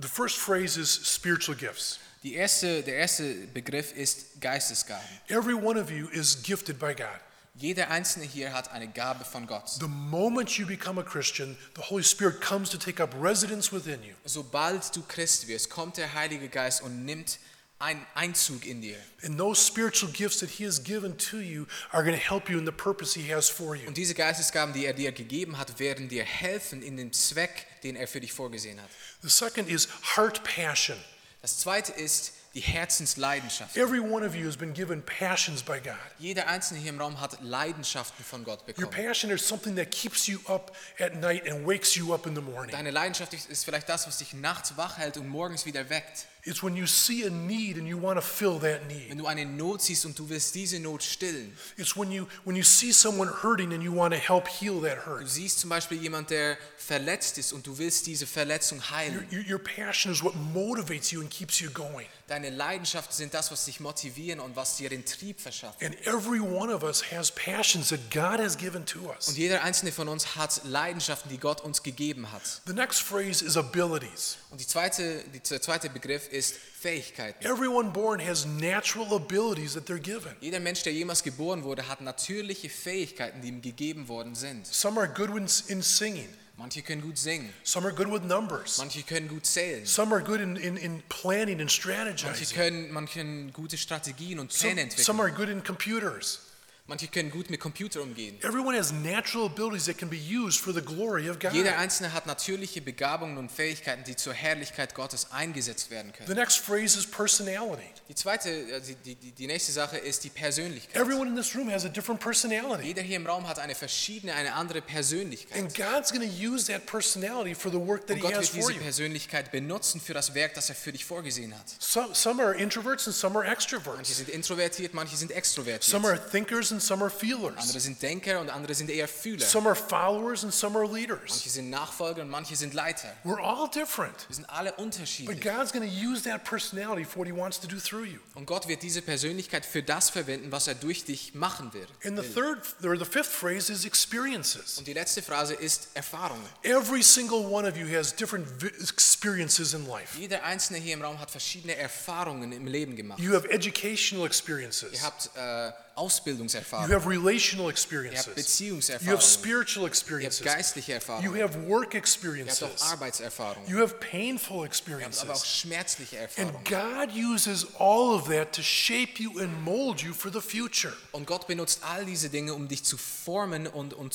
[SPEAKER 1] The first phrase is spiritual gifts.
[SPEAKER 2] Die erste, der erste Begriff ist Geistesgaben.
[SPEAKER 1] Every one of you is gifted by God.
[SPEAKER 2] Jeder einzelne hier hat eine Gabe von Gott.
[SPEAKER 1] The moment you become a Christian, the Holy Spirit comes to take up residence within you,
[SPEAKER 2] Sobald du Christ wirst, kommt der Heilige Geist und nimmt einen Einzug in dir.
[SPEAKER 1] and those spiritual gifts that He has given to you are going to help you in the purpose He has for you.
[SPEAKER 2] Und diese Geistesgaben, die er dir gegeben hat, werden dir helfen in dem Zweck, den er für dich vorgesehen hat.
[SPEAKER 1] The second is heart passion.
[SPEAKER 2] Das zweite ist die Herzensleidenschaft.
[SPEAKER 1] Every one of you has been given passions by God.
[SPEAKER 2] Jeder einzelne hier im Raum hat Leidenschaften von Gott
[SPEAKER 1] Your
[SPEAKER 2] bekommen.
[SPEAKER 1] passion is something that keeps you up at night and wakes you up in the morning.
[SPEAKER 2] Deine Leidenschaft ist vielleicht das, was dich nachts wach hält und morgens wieder weckt.
[SPEAKER 1] It's when you see a need and you want to fill that
[SPEAKER 2] Wenn
[SPEAKER 1] need.
[SPEAKER 2] du eine Not siehst und du willst diese Not stillen.
[SPEAKER 1] It's when you when you see someone hurting and you want to help heal that
[SPEAKER 2] Du
[SPEAKER 1] hurt.
[SPEAKER 2] siehst zum Beispiel jemand, der verletzt ist und du willst diese Verletzung
[SPEAKER 1] Your,
[SPEAKER 2] heilen.
[SPEAKER 1] your, your passion is what motivates you and keeps you going.
[SPEAKER 2] Deine Leidenschaften sind das, was dich motivieren und was dir den Trieb verschafft.
[SPEAKER 1] And every one of us has passions that God has given to
[SPEAKER 2] Und
[SPEAKER 1] us.
[SPEAKER 2] jeder einzelne von uns hat Leidenschaften, die Gott uns gegeben hat.
[SPEAKER 1] The next phrase is abilities.
[SPEAKER 2] Und die zweite, die, der zweite Begriff ist Fähigkeiten.
[SPEAKER 1] Everyone born has natural abilities that they're given.
[SPEAKER 2] Jeder Mensch, der jemals geboren wurde, hat natürliche Fähigkeiten, die ihm gegeben worden sind.
[SPEAKER 1] Some are good ones in singing.
[SPEAKER 2] Manche können gut singen,
[SPEAKER 1] Some are good with numbers.
[SPEAKER 2] manche können gut zählen,
[SPEAKER 1] Some are good in, in, in planning and
[SPEAKER 2] manche
[SPEAKER 1] strategizing.
[SPEAKER 2] können, manche können gute Strategien und
[SPEAKER 1] Some,
[SPEAKER 2] Pläne
[SPEAKER 1] some
[SPEAKER 2] entwickeln,
[SPEAKER 1] are good in computers.
[SPEAKER 2] manche können gut mit Computer umgehen.
[SPEAKER 1] Everyone has natural abilities that can be used for the glory of God.
[SPEAKER 2] Jeder Einzelne hat natürliche Begabungen und Fähigkeiten, die zur Herrlichkeit Gottes eingesetzt werden können.
[SPEAKER 1] The next phrase is personality.
[SPEAKER 2] Die zweite, äh, die, die- die, die nächste Sache ist die Persönlichkeit.
[SPEAKER 1] Everyone in this room has a different personality.
[SPEAKER 2] Jeder hier im Raum hat eine verschiedene, eine andere Persönlichkeit.
[SPEAKER 1] And God's going to use that personality for the work that
[SPEAKER 2] Und
[SPEAKER 1] He
[SPEAKER 2] Oh Gott
[SPEAKER 1] has
[SPEAKER 2] wird
[SPEAKER 1] for
[SPEAKER 2] diese
[SPEAKER 1] you.
[SPEAKER 2] Persönlichkeit benutzen für das Werk, das er für dich vorgesehen hat.
[SPEAKER 1] Some, some are introverts and some are
[SPEAKER 2] Manche
[SPEAKER 1] extroverts.
[SPEAKER 2] sind introvertiert, manche sind extrovertiert.
[SPEAKER 1] Some are thinkers and and some are feelers.
[SPEAKER 2] Andere sind Denker und andere sind eher Fühler.
[SPEAKER 1] Some are followers and some are leaders.
[SPEAKER 2] Manche sind Nachfolger und manche sind Leiter.
[SPEAKER 1] We're all different.
[SPEAKER 2] Wir sind alle
[SPEAKER 1] But
[SPEAKER 2] unterschiedlich.
[SPEAKER 1] God's going to use that personality for what He wants to do through you.
[SPEAKER 2] Und Gott wird diese Persönlichkeit für das verwenden, was er durch dich machen wird.
[SPEAKER 1] And the third, or the fifth phrase is experiences.
[SPEAKER 2] Und die letzte Phrase ist Erfahrung.
[SPEAKER 1] Every single one of you has different vi- experiences in life.
[SPEAKER 2] Jeder Einzelne hier im Raum hat verschiedene Erfahrungen im Leben gemacht.
[SPEAKER 1] You have educational experiences.
[SPEAKER 2] Ihr habt äh,
[SPEAKER 1] You
[SPEAKER 2] Ausbildungserfahrung,
[SPEAKER 1] have relational
[SPEAKER 2] ihr habt
[SPEAKER 1] experiences. You
[SPEAKER 2] Beziehungserfahrung,
[SPEAKER 1] have spiritual
[SPEAKER 2] ihr habt
[SPEAKER 1] experiences.
[SPEAKER 2] geistliche
[SPEAKER 1] You
[SPEAKER 2] Erfahrung, ihr
[SPEAKER 1] have work
[SPEAKER 2] habt auch
[SPEAKER 1] experiences.
[SPEAKER 2] Arbeitserfahrung, ihr
[SPEAKER 1] You have painful
[SPEAKER 2] habt aber auch
[SPEAKER 1] experiences.
[SPEAKER 2] schmerzliche
[SPEAKER 1] And
[SPEAKER 2] Erfahrung.
[SPEAKER 1] God uses all of that to shape you and mold you for the future.
[SPEAKER 2] Und Gott benutzt all diese Dinge, um dich zu formen und um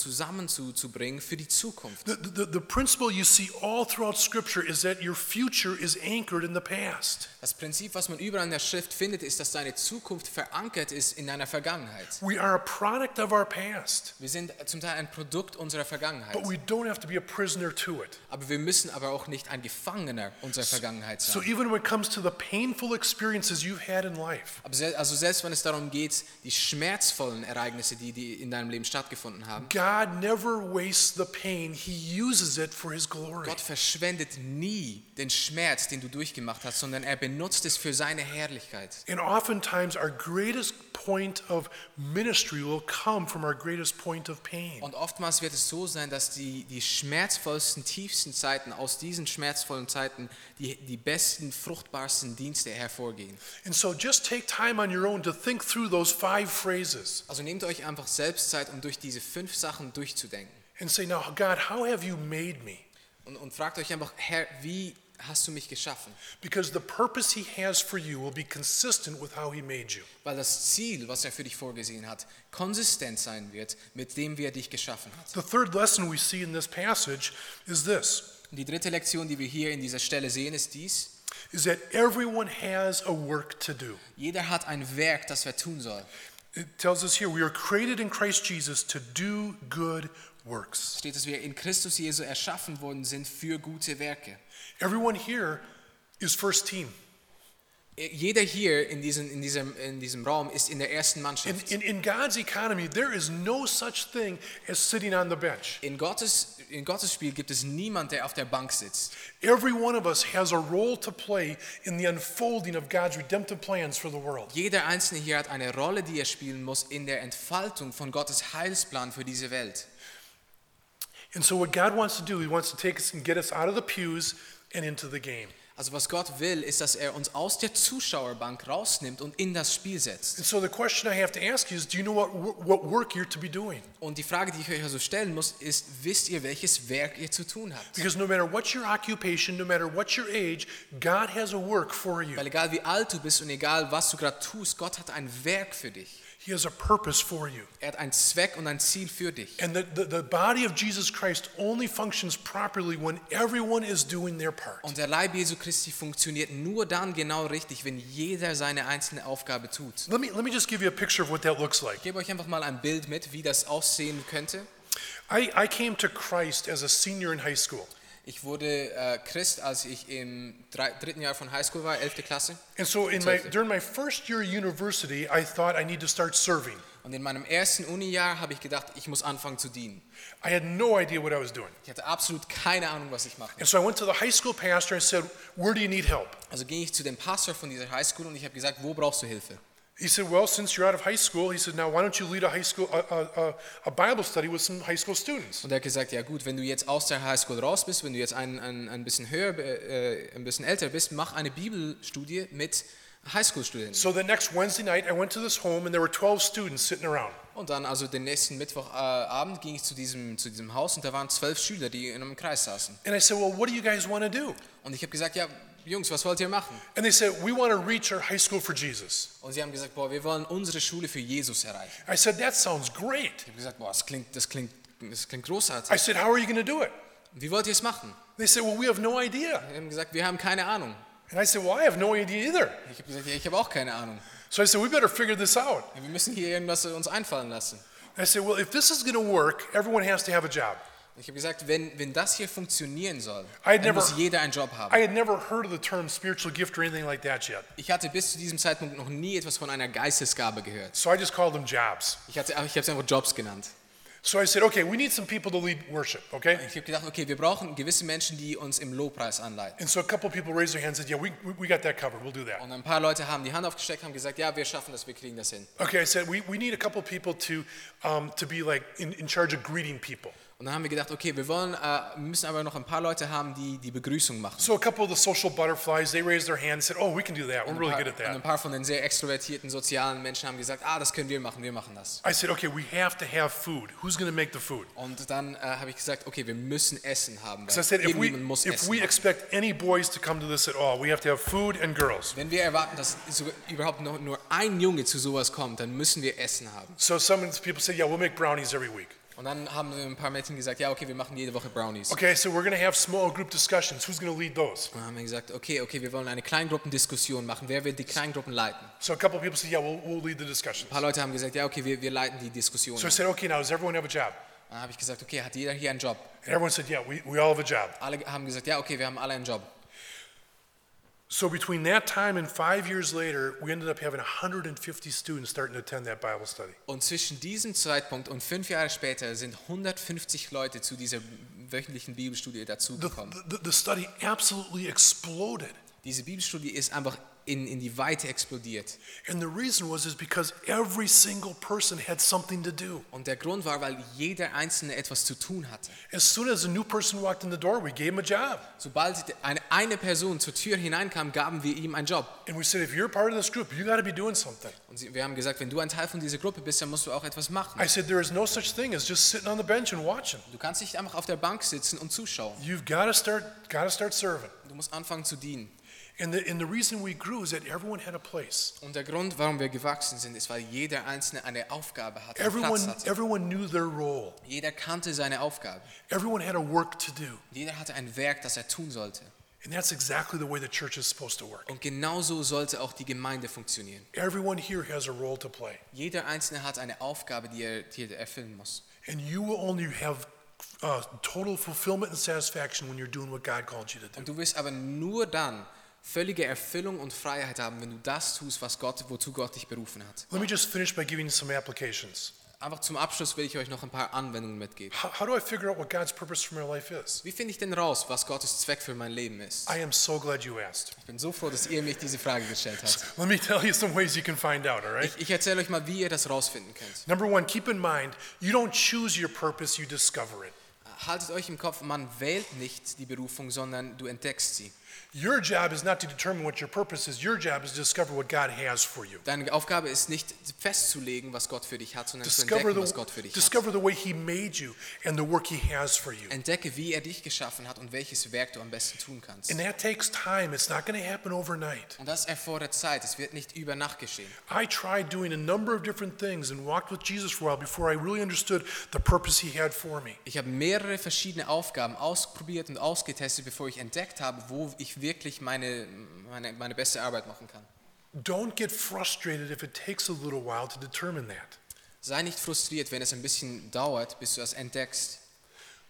[SPEAKER 2] zusammenzubringen für die Zukunft.
[SPEAKER 1] The, the, the principle you see all throughout Scripture is that your future is anchored in the past.
[SPEAKER 2] Das Prinzip, was man überall in der Schrift findet, ist, dass deine Zukunft verankert ist in deiner Vergangenheit.
[SPEAKER 1] We are a product of our past,
[SPEAKER 2] Wir sind zum Teil ein Produkt unserer Vergangenheit.
[SPEAKER 1] but we don't have to be a prisoner to it.
[SPEAKER 2] Aber wir müssen aber auch nicht ein Gefangener unserer Vergangenheit
[SPEAKER 1] So
[SPEAKER 2] sein.
[SPEAKER 1] even when it comes to the painful experiences you've had in life,
[SPEAKER 2] Aber sel also selbst wenn es darum geht, die schmerzvollen Ereignisse, die, die in deinem Leben stattgefunden haben,
[SPEAKER 1] God never wastes the pain. He uses it for his glory.
[SPEAKER 2] Gott verschwendet nie den Schmerz, den du durchgemacht hast, sondern er benutzt es für seine Herrlichkeit.
[SPEAKER 1] And oftentimes our greatest point of ministry will come from our greatest point of pain.
[SPEAKER 2] Und oftmals wird es so sein, dass die, die schmerzvollsten, tiefsten Zeiten, aus diesen schmerzvollen Zeiten, die, die besten, fruchtbarsten Dienste hervorgehen.
[SPEAKER 1] And so just take time on your own to think through those five phrases
[SPEAKER 2] Also nehmt euch einfach selbst Zeit, um durch diese fünf Sachen durchzudenken.
[SPEAKER 1] and say, Now, God, how have you made me?
[SPEAKER 2] Und, und fragt euch einfach, Herr, wie hast du mich geschaffen?
[SPEAKER 1] Because the purpose he has for you will be consistent with how he made you.
[SPEAKER 2] Weil das Ziel, was er für dich vorgesehen hat, konsistent sein wird mit dem, wie er dich geschaffen hat.
[SPEAKER 1] The third lesson we see in this passage is this
[SPEAKER 2] Und die dritte Lektion, die wir hier in dieser Stelle sehen, ist dies.
[SPEAKER 1] is that everyone has a work to do.
[SPEAKER 2] Jeder hat ein Werk, das er tun soll.
[SPEAKER 1] It tells us here we are created in Christ Jesus to do good works.
[SPEAKER 2] Steht, dass wir in Christus Jesu erschaffen worden sind für gute Werke.
[SPEAKER 1] Everyone here is first team.
[SPEAKER 2] Jeder hier in diesem, in diesem, in diesem Raum ist in der ersten
[SPEAKER 1] In,
[SPEAKER 2] Mannschaft.
[SPEAKER 1] in, in God's economy, there is no such thing as sitting on the bench.
[SPEAKER 2] In Gottes, in Gottes Spiel gibt es niemand, der auf der Bank sitzt.
[SPEAKER 1] Every one of us has a role to play in the unfolding of God's redemptive plans for the world.
[SPEAKER 2] Jeder Einzelne hier hat eine Rolle, die er spielen muss in der Entfaltung von Gottes Heilsplan für diese Welt.
[SPEAKER 1] And so, what God wants to do, He wants to take us and get us out of the pews and into the game.
[SPEAKER 2] Also was Gott will, ist, dass er uns aus der Zuschauerbank rausnimmt und in das Spiel setzt.
[SPEAKER 1] And so, the question I have to ask you is do you know what, wo- what work you're to be doing?
[SPEAKER 2] Und die Frage, die ich euch also stellen muss, ist, wisst ihr, welches Werk ihr zu tun habt?
[SPEAKER 1] Because no matter what your occupation, no matter what your age, God has a work for you,
[SPEAKER 2] Weil egal wie alt du bist und egal was du gerade tust, Gott hat ein Werk für dich.
[SPEAKER 1] He has a purpose for you.
[SPEAKER 2] Er hat einen Zweck und ein Ziel für dich.
[SPEAKER 1] And the, the, the body of Jesus Christ only functions properly when everyone is doing their part.
[SPEAKER 2] Und der Leib Jesu Christi funktioniert nur dann genau richtig, wenn jeder seine einzelne Aufgabe tut.
[SPEAKER 1] Let me, let me just give you a picture of what that looks like.
[SPEAKER 2] Ich gebe euch einfach mal ein Bild mit, wie das aussehen könnte.
[SPEAKER 1] I, I came to Christ as a senior in high school.
[SPEAKER 2] Ich wurde äh, Christ, als ich im drei, dritten Jahr von Highschool war, 11. Klasse.
[SPEAKER 1] And so in my, during my first year of university, I thought I need to start serving.
[SPEAKER 2] Und in meinem ersten Uni-Jahr habe ich gedacht, ich muss anfangen zu dienen.
[SPEAKER 1] I had no idea what I was doing.
[SPEAKER 2] Ich hatte absolut keine Ahnung, was ich mache.
[SPEAKER 1] And so I went to the high school pastor and said, Where do you need help?
[SPEAKER 2] Also ging ich zu dem Pastor von dieser Highschool und ich habe gesagt, wo brauchst du Hilfe?
[SPEAKER 1] He said, Well, since you're out of high school, he said, Now why don't you lead a high school, a, a, a, a Bible study with some high school students?
[SPEAKER 2] Und er hat gesagt, ja gut, wenn du jetzt aus der Highschool raus bist, wenn du jetzt ein, ein, ein bisschen höher, äh, ein bisschen älter bist, mach eine Bibelstudie mit Highschool-Studenten.
[SPEAKER 1] So the next Wednesday night, I went to this home and there were 12 students sitting around.
[SPEAKER 2] Und dann also den nächsten Mittwochabend ging ich zu diesem, zu diesem Haus und da waren zwölf Schüler, die in einem Kreis saßen.
[SPEAKER 1] And I said, Well, what do you guys want to do?
[SPEAKER 2] Und ich habe gesagt, ja Jungs, was wollt ihr machen?
[SPEAKER 1] And they said, We want to reach our high school for Jesus.
[SPEAKER 2] Und sie haben gesagt, boah, wir wollen unsere Schule für Jesus erreichen.
[SPEAKER 1] I said, That sounds great.
[SPEAKER 2] Ich habe gesagt, boah, das klingt, das klingt, das klingt
[SPEAKER 1] I
[SPEAKER 2] großartig.
[SPEAKER 1] said, How are you going to do it?
[SPEAKER 2] Wie wollt ihr es machen?
[SPEAKER 1] They said, Well, we have no idea.
[SPEAKER 2] Wir haben gesagt, wir haben keine Ahnung.
[SPEAKER 1] And I said, Well, I have no idea either.
[SPEAKER 2] Ich habe gesagt, ja, ich habe auch keine Ahnung.
[SPEAKER 1] So I said, We better figure this out.
[SPEAKER 2] Ja, Wir müssen hier irgendwas uns einfallen lassen.
[SPEAKER 1] I said, Well, if this is going to work, everyone has to have a job.
[SPEAKER 2] Ich habe gesagt, wenn, wenn das hier funktionieren soll,
[SPEAKER 1] I
[SPEAKER 2] dann
[SPEAKER 1] never-
[SPEAKER 2] muss jeder einen Job haben.
[SPEAKER 1] I had never heard of the term spiritual gift or anything like that yet.
[SPEAKER 2] ich hatte bis zu diesem Zeitpunkt noch nie etwas von einer Geistesgabe gehört.
[SPEAKER 1] So I just called them jobs.
[SPEAKER 2] Ich, hatte, ich habe es einfach Jobs genannt.
[SPEAKER 1] So I said, okay, we need some people to lead worship, okay?
[SPEAKER 2] Ich habe gedacht, okay, wir brauchen gewisse Menschen, die uns im Lobpreis anleiten.
[SPEAKER 1] And so a couple people raised their hands and said, yeah, we, we- we got that covered. We'll do that.
[SPEAKER 2] Und ein paar Leute haben die Hand aufgesteckt, haben gesagt, ja, wir schaffen das, wir kriegen das hin.
[SPEAKER 1] Okay, I said, we, we need a couple people to, um, to be like in, in charge of greeting people.
[SPEAKER 2] Und dann haben wir gedacht, okay, wir wollen, äh, müssen aber noch ein paar Leute haben, die die Begrüßung machen.
[SPEAKER 1] So a couple of the social butterflies, they raised their hands and said, oh, we can do that. We're
[SPEAKER 2] Ein
[SPEAKER 1] really
[SPEAKER 2] paar-
[SPEAKER 1] good at
[SPEAKER 2] Und ein
[SPEAKER 1] that.
[SPEAKER 2] paar von den sehr extrovertierten sozialen Menschen haben gesagt, ah, das können wir machen, wir machen das.
[SPEAKER 1] I said, okay, we have to have food. Who's going to make the food?
[SPEAKER 2] Und dann äh, habe ich gesagt, okay, wir müssen Essen haben. Weil
[SPEAKER 1] So I said, if we,
[SPEAKER 2] irgendjemand muss
[SPEAKER 1] if
[SPEAKER 2] Essen
[SPEAKER 1] we
[SPEAKER 2] machen.
[SPEAKER 1] expect any boys to come to this at all, we have to have food and girls.
[SPEAKER 2] Wenn wir erwarten, dass so, überhaupt noch, nur ein Junge zu sowas kommt, dann müssen wir Essen haben.
[SPEAKER 1] So some of these people said, yeah, we'll make brownies every week.
[SPEAKER 2] Und dann haben wir ein paar Mädchen gesagt, ja, okay, wir machen jede Woche Brownies.
[SPEAKER 1] Okay, so we're going to have small group discussions. Who's going to lead those?
[SPEAKER 2] Und dann haben wir gesagt, okay, okay, wir wollen eine Kleingruppendiskussion machen. Wer wird die Kleingruppen leiten? Ein
[SPEAKER 1] So a couple of people said, yeah, we'll, we'll lead the discussions.
[SPEAKER 2] paar Leute haben gesagt, ja, okay, wir, wir leiten die Diskussion.
[SPEAKER 1] So I said, okay, now does everyone have a job?
[SPEAKER 2] Dann habe ich gesagt, okay, hat jeder hier einen Job?
[SPEAKER 1] And everyone said, yeah, we, we all have a job.
[SPEAKER 2] Alle haben gesagt, ja, okay, wir haben alle einen Job.
[SPEAKER 1] So between that time and five years later, we ended up having 150 students starting to attend that Bible study.
[SPEAKER 2] Und zwischen diesem Zeitpunkt und fünf Jahre später sind 150 Leute zu dieser wöchentlichen Bibelstudie
[SPEAKER 1] The,
[SPEAKER 2] dazugekommen.
[SPEAKER 1] the, the study absolutely exploded.
[SPEAKER 2] Diese Bibelstudie ist einfach in, in die Weite explodiert.
[SPEAKER 1] And the reason was is because every single person had something to do.
[SPEAKER 2] Und der Grund war, weil jeder Einzelne etwas zu tun hatte.
[SPEAKER 1] As soon as a new person walked in the door, we gave them a job.
[SPEAKER 2] Sobald eine, eine Person zur Tür hineinkam, gaben wir ihm einen Job.
[SPEAKER 1] And we said, if you're part of this group, you got to be doing something.
[SPEAKER 2] Und sie, wir haben gesagt, wenn du ein Teil von dieser Gruppe bist, dann musst du auch etwas machen.
[SPEAKER 1] I said, there is no such thing as just sitting on the bench and watching.
[SPEAKER 2] Du kannst nicht einfach auf der Bank sitzen und zuschauen.
[SPEAKER 1] You've got to start, got to start serving.
[SPEAKER 2] Du musst anfangen zu dienen.
[SPEAKER 1] And the, and the reason we grew is that everyone had a place.
[SPEAKER 2] Und der Grund, warum wir gewachsen sind, ist, weil jeder Einzelne eine Aufgabe hatte, einen
[SPEAKER 1] Everyone,
[SPEAKER 2] Platz hatte.
[SPEAKER 1] everyone knew their role.
[SPEAKER 2] Jeder kannte seine Aufgabe.
[SPEAKER 1] Everyone had a work to do.
[SPEAKER 2] Jeder hatte ein Werk, das er tun sollte.
[SPEAKER 1] And that's exactly the way the church is supposed to work.
[SPEAKER 2] Und genauso sollte auch die Gemeinde funktionieren.
[SPEAKER 1] Everyone here has a role to play.
[SPEAKER 2] Jeder Einzelne hat eine Aufgabe, die er, die er erfüllen muss.
[SPEAKER 1] And you will only have uh, total fulfillment and satisfaction when you're doing what God called you to do.
[SPEAKER 2] Und du wirst aber nur dann völlige Erfüllung und Freiheit haben, wenn du das tust, was Gott, wozu Gott dich berufen hat.
[SPEAKER 1] Let me just finish by giving you some applications.
[SPEAKER 2] Einfach zum Abschluss will ich euch noch ein paar Anwendungen mitgeben.
[SPEAKER 1] How, how do I figure out what God's purpose for my life is?
[SPEAKER 2] Wie finde ich denn raus, was Gottes Zweck für mein Leben ist?
[SPEAKER 1] I am so glad you asked.
[SPEAKER 2] Ich bin so froh, dass ihr mich diese Frage gestellt habt.
[SPEAKER 1] Let me tell you some ways you can find out, all right?
[SPEAKER 2] Ich, ich erzähle euch mal, wie ihr das rausfinden könnt.
[SPEAKER 1] Number one, keep in mind, you don't choose your purpose, you discover it.
[SPEAKER 2] Haltet euch im Kopf, man wählt nicht die Berufung, sondern du entdeckst sie.
[SPEAKER 1] Your job is not to determine what your purpose is, your job is to discover what God has for you.
[SPEAKER 2] Deine Aufgabe ist nicht festzulegen, was Gott für dich hat, sondern zu
[SPEAKER 1] Discover
[SPEAKER 2] entdecken, was
[SPEAKER 1] the,
[SPEAKER 2] Gott für dich hat.
[SPEAKER 1] discover the way He made you and the work He has for you.
[SPEAKER 2] Entdecke, wie er dich geschaffen hat und welches Werk du am besten tun kannst.
[SPEAKER 1] And that takes time. It's not going to happen overnight.
[SPEAKER 2] Und das erfordert Zeit, es wird nicht über Nacht geschehen.
[SPEAKER 1] I tried doing a number of different things and walked with Jesus for a while before I really understood the purpose He had for me.
[SPEAKER 2] Ich habe mehrere verschiedene Aufgaben ausprobiert und ausgetestet, bevor ich entdeckt habe, wo ich wirklich meine, meine, meine beste Arbeit machen kann.
[SPEAKER 1] Don't get frustrated if it takes a little while to determine that.
[SPEAKER 2] Sei nicht frustriert, wenn es ein bisschen dauert, bis du das entdeckst.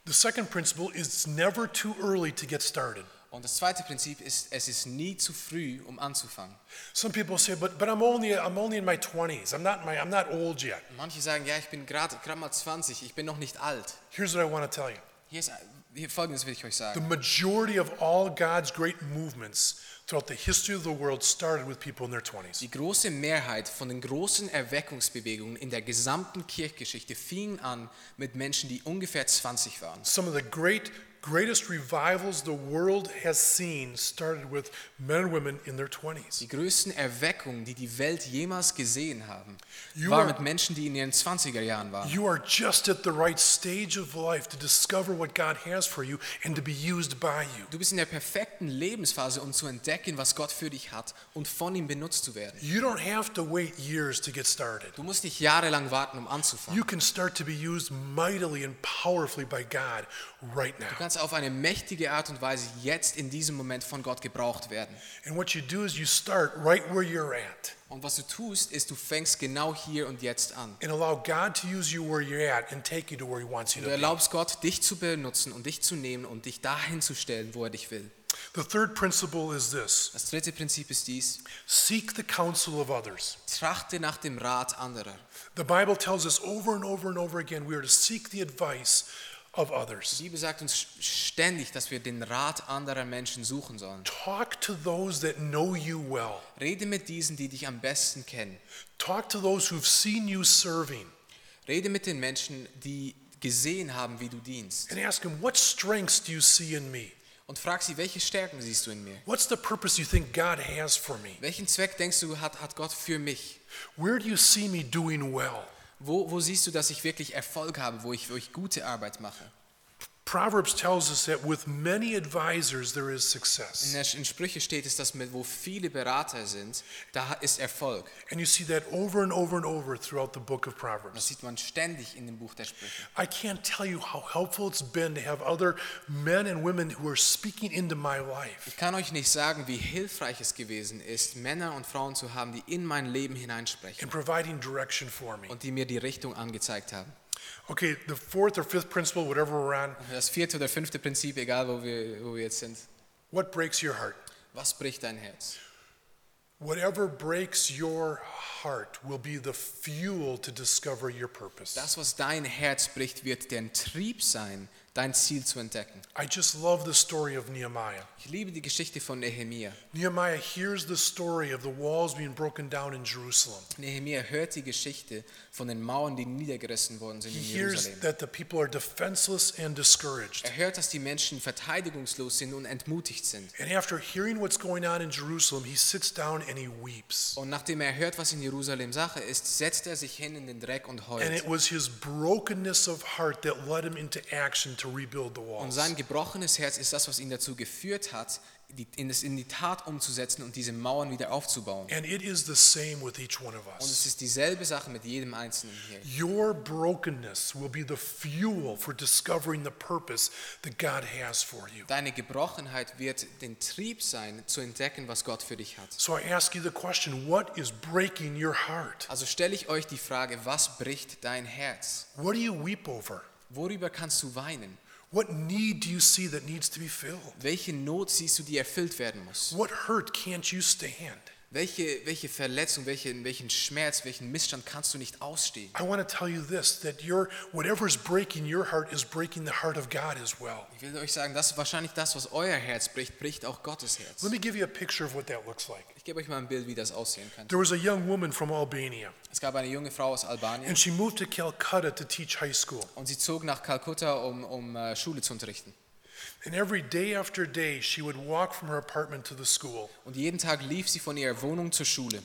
[SPEAKER 1] The second principle is it's never too early to get started.
[SPEAKER 2] Und das zweite Prinzip ist, es ist nie zu früh, um anzufangen.
[SPEAKER 1] Some people say, "But but I'm only I'm only in my 20s. I'm not in my I'm not old yet."
[SPEAKER 2] Manche sagen, ja, ich bin gerade gerade mal 20, ich bin noch nicht alt.
[SPEAKER 1] Here's what I want to tell you.
[SPEAKER 2] Hier ist hier folgendes will ich euch
[SPEAKER 1] The
[SPEAKER 2] sagen.
[SPEAKER 1] majority of all God's great movements throughout the history of the world started with people in their 20s.
[SPEAKER 2] Die große Mehrheit von den großen Erweckungsbewegungen in der gesamten Kirchgeschichte fing an mit Menschen, die ungefähr 20 waren.
[SPEAKER 1] Some of the great greatest revivals the world has seen started with men and women in their 20s.
[SPEAKER 2] Die größten Erweckungen, die die Welt jemals gesehen haben,
[SPEAKER 1] You
[SPEAKER 2] waren
[SPEAKER 1] are-
[SPEAKER 2] mit Menschen, die in ihren 20er Jahren waren.
[SPEAKER 1] You are just at the right stage of life to discover what God has for you and to be used by you.
[SPEAKER 2] Du bist in der perfekten Lebensphase, um zu entdecken, was Gott für dich hat und von ihm benutzt zu werden.
[SPEAKER 1] You don't have to wait years to get started.
[SPEAKER 2] Du musst nicht jahrelang warten, um anzufangen.
[SPEAKER 1] You can start to be used mightily and powerfully by God right
[SPEAKER 2] Du
[SPEAKER 1] now.
[SPEAKER 2] kannst kannst auf eine mächtige Art und Weise jetzt in diesem Moment von Gott gebraucht werden.
[SPEAKER 1] And what you do is you start right where you're at
[SPEAKER 2] Und was du tust, ist, du fängst genau hier und jetzt an.
[SPEAKER 1] and allow God to use you where you're at and take you to where He wants you
[SPEAKER 2] Du
[SPEAKER 1] to be.
[SPEAKER 2] erlaubst Gott, dich zu benutzen und dich zu nehmen und dich dahin zu stellen, wo er dich will.
[SPEAKER 1] The third principle is this
[SPEAKER 2] Das dritte Prinzip ist dies,
[SPEAKER 1] seek the counsel of others.
[SPEAKER 2] trachte nach dem Rat anderer.
[SPEAKER 1] The Bible tells us over and over and over again we are to seek the advice of
[SPEAKER 2] Die
[SPEAKER 1] others.
[SPEAKER 2] Bibel sagt uns ständig, dass wir den Rat anderer Menschen suchen sollen.
[SPEAKER 1] Talk to those that know you well,
[SPEAKER 2] Rede mit diesen, die dich am besten kennen.
[SPEAKER 1] talk to those who've seen you serving,
[SPEAKER 2] Rede mit den Menschen, die gesehen haben, wie du dienst.
[SPEAKER 1] and ask them, What strengths do you see in me?
[SPEAKER 2] Und frag sie, welche Stärken siehst du in mir?
[SPEAKER 1] What's the purpose you think God has for me?
[SPEAKER 2] Welchen Zweck denkst du, hat, hat Gott für mich?
[SPEAKER 1] Where do you see me doing well?
[SPEAKER 2] Wo, wo siehst du, dass ich wirklich Erfolg habe, wo ich, wo ich gute Arbeit mache?
[SPEAKER 1] Proverbs tells us that with many advisors there is
[SPEAKER 2] In,
[SPEAKER 1] success.
[SPEAKER 2] der, in Sprüche steht es, dass mit, wo viele Berater sind, da ist Erfolg.
[SPEAKER 1] And you see that over and over and over throughout the book of
[SPEAKER 2] Das
[SPEAKER 1] Proverbs.
[SPEAKER 2] sieht man ständig in dem Buch der Sprüche.
[SPEAKER 1] I can't tell you how helpful it's been to have other men and women who are speaking into my life.
[SPEAKER 2] Ich kann euch nicht sagen, wie hilfreich es gewesen ist, Männer und Frauen zu haben, die in mein Leben hineinsprechen
[SPEAKER 1] And providing direction for me.
[SPEAKER 2] und die mir die Richtung angezeigt haben.
[SPEAKER 1] Okay, the fourth or fifth principle, whatever we're on,
[SPEAKER 2] Das vierte oder fünfte Prinzip, egal wo wir, wo wir jetzt sind.
[SPEAKER 1] what breaks your heart?
[SPEAKER 2] Was bricht dein Herz?
[SPEAKER 1] Whatever breaks your heart will be the fuel to discover your purpose.
[SPEAKER 2] Das, was dein Herz bricht, wird der Trieb sein, dein Ziel zu entdecken.
[SPEAKER 1] I just love the story of Nehemiah.
[SPEAKER 2] Ich liebe die Geschichte von Nehemia.
[SPEAKER 1] Nehemiah hears the story of the walls being broken down in Jerusalem.
[SPEAKER 2] Nehemia hört die Geschichte von den Mauern, die niedergerissen worden sind
[SPEAKER 1] He
[SPEAKER 2] in
[SPEAKER 1] hears
[SPEAKER 2] Jerusalem.
[SPEAKER 1] that the people are defenseless and discouraged.
[SPEAKER 2] Er hört, dass die Menschen verteidigungslos sind und entmutigt sind.
[SPEAKER 1] And after hearing what's going on in Jerusalem, he sits down and he weeps.
[SPEAKER 2] Und nachdem er hört, was in Jerusalem Sache ist, setzt er sich hin in den Dreck und
[SPEAKER 1] And
[SPEAKER 2] heult.
[SPEAKER 1] it was his brokenness of heart that led him into action to rebuild the
[SPEAKER 2] Und
[SPEAKER 1] walls.
[SPEAKER 2] sein gebrochenes Herz ist das, was ihn dazu geführt hat, die- in es in die Tat umzusetzen und diese Mauern wieder aufzubauen.
[SPEAKER 1] And it is the same with each one of
[SPEAKER 2] Und es
[SPEAKER 1] us.
[SPEAKER 2] ist dieselbe Sache mit jedem Einzelnen hier.
[SPEAKER 1] Your brokenness will be the fuel for discovering the purpose that God has for you.
[SPEAKER 2] Deine Gebrochenheit wird den Trieb sein, zu entdecken, was Gott für dich hat.
[SPEAKER 1] So I ask you the question what is breaking your heart?
[SPEAKER 2] Also stelle ich euch die Frage, was bricht dein Herz?
[SPEAKER 1] What do you weep over?
[SPEAKER 2] Worüber kannst du weinen?
[SPEAKER 1] What need do you see that needs to be filled?
[SPEAKER 2] Welche Not siehst du, die erfüllt werden muss?
[SPEAKER 1] What hurt can't you stand?
[SPEAKER 2] Welche, welche Verletzung, welchen, welchen Schmerz, welchen Missstand kannst du nicht ausstehen?
[SPEAKER 1] I want to tell you this that your whatever's breaking your heart is breaking the heart of God as well.
[SPEAKER 2] Ich will euch sagen, das ist wahrscheinlich das, was euer Herz bricht, bricht auch Gottes Herz.
[SPEAKER 1] Let me give you a picture of what that looks like.
[SPEAKER 2] Ich gebe euch mal ein Bild, wie das aussehen könnte.
[SPEAKER 1] There was a young woman from Albania,
[SPEAKER 2] Es gab eine junge Frau aus Albanien
[SPEAKER 1] and she moved to Calcutta to teach high school.
[SPEAKER 2] und sie zog nach Kalkutta, um, um äh, Schule zu unterrichten.
[SPEAKER 1] And every day after day, she would walk from her apartment to the school.
[SPEAKER 2] Und jeden Tag lief sie von ihrer Wohnung zur Schule.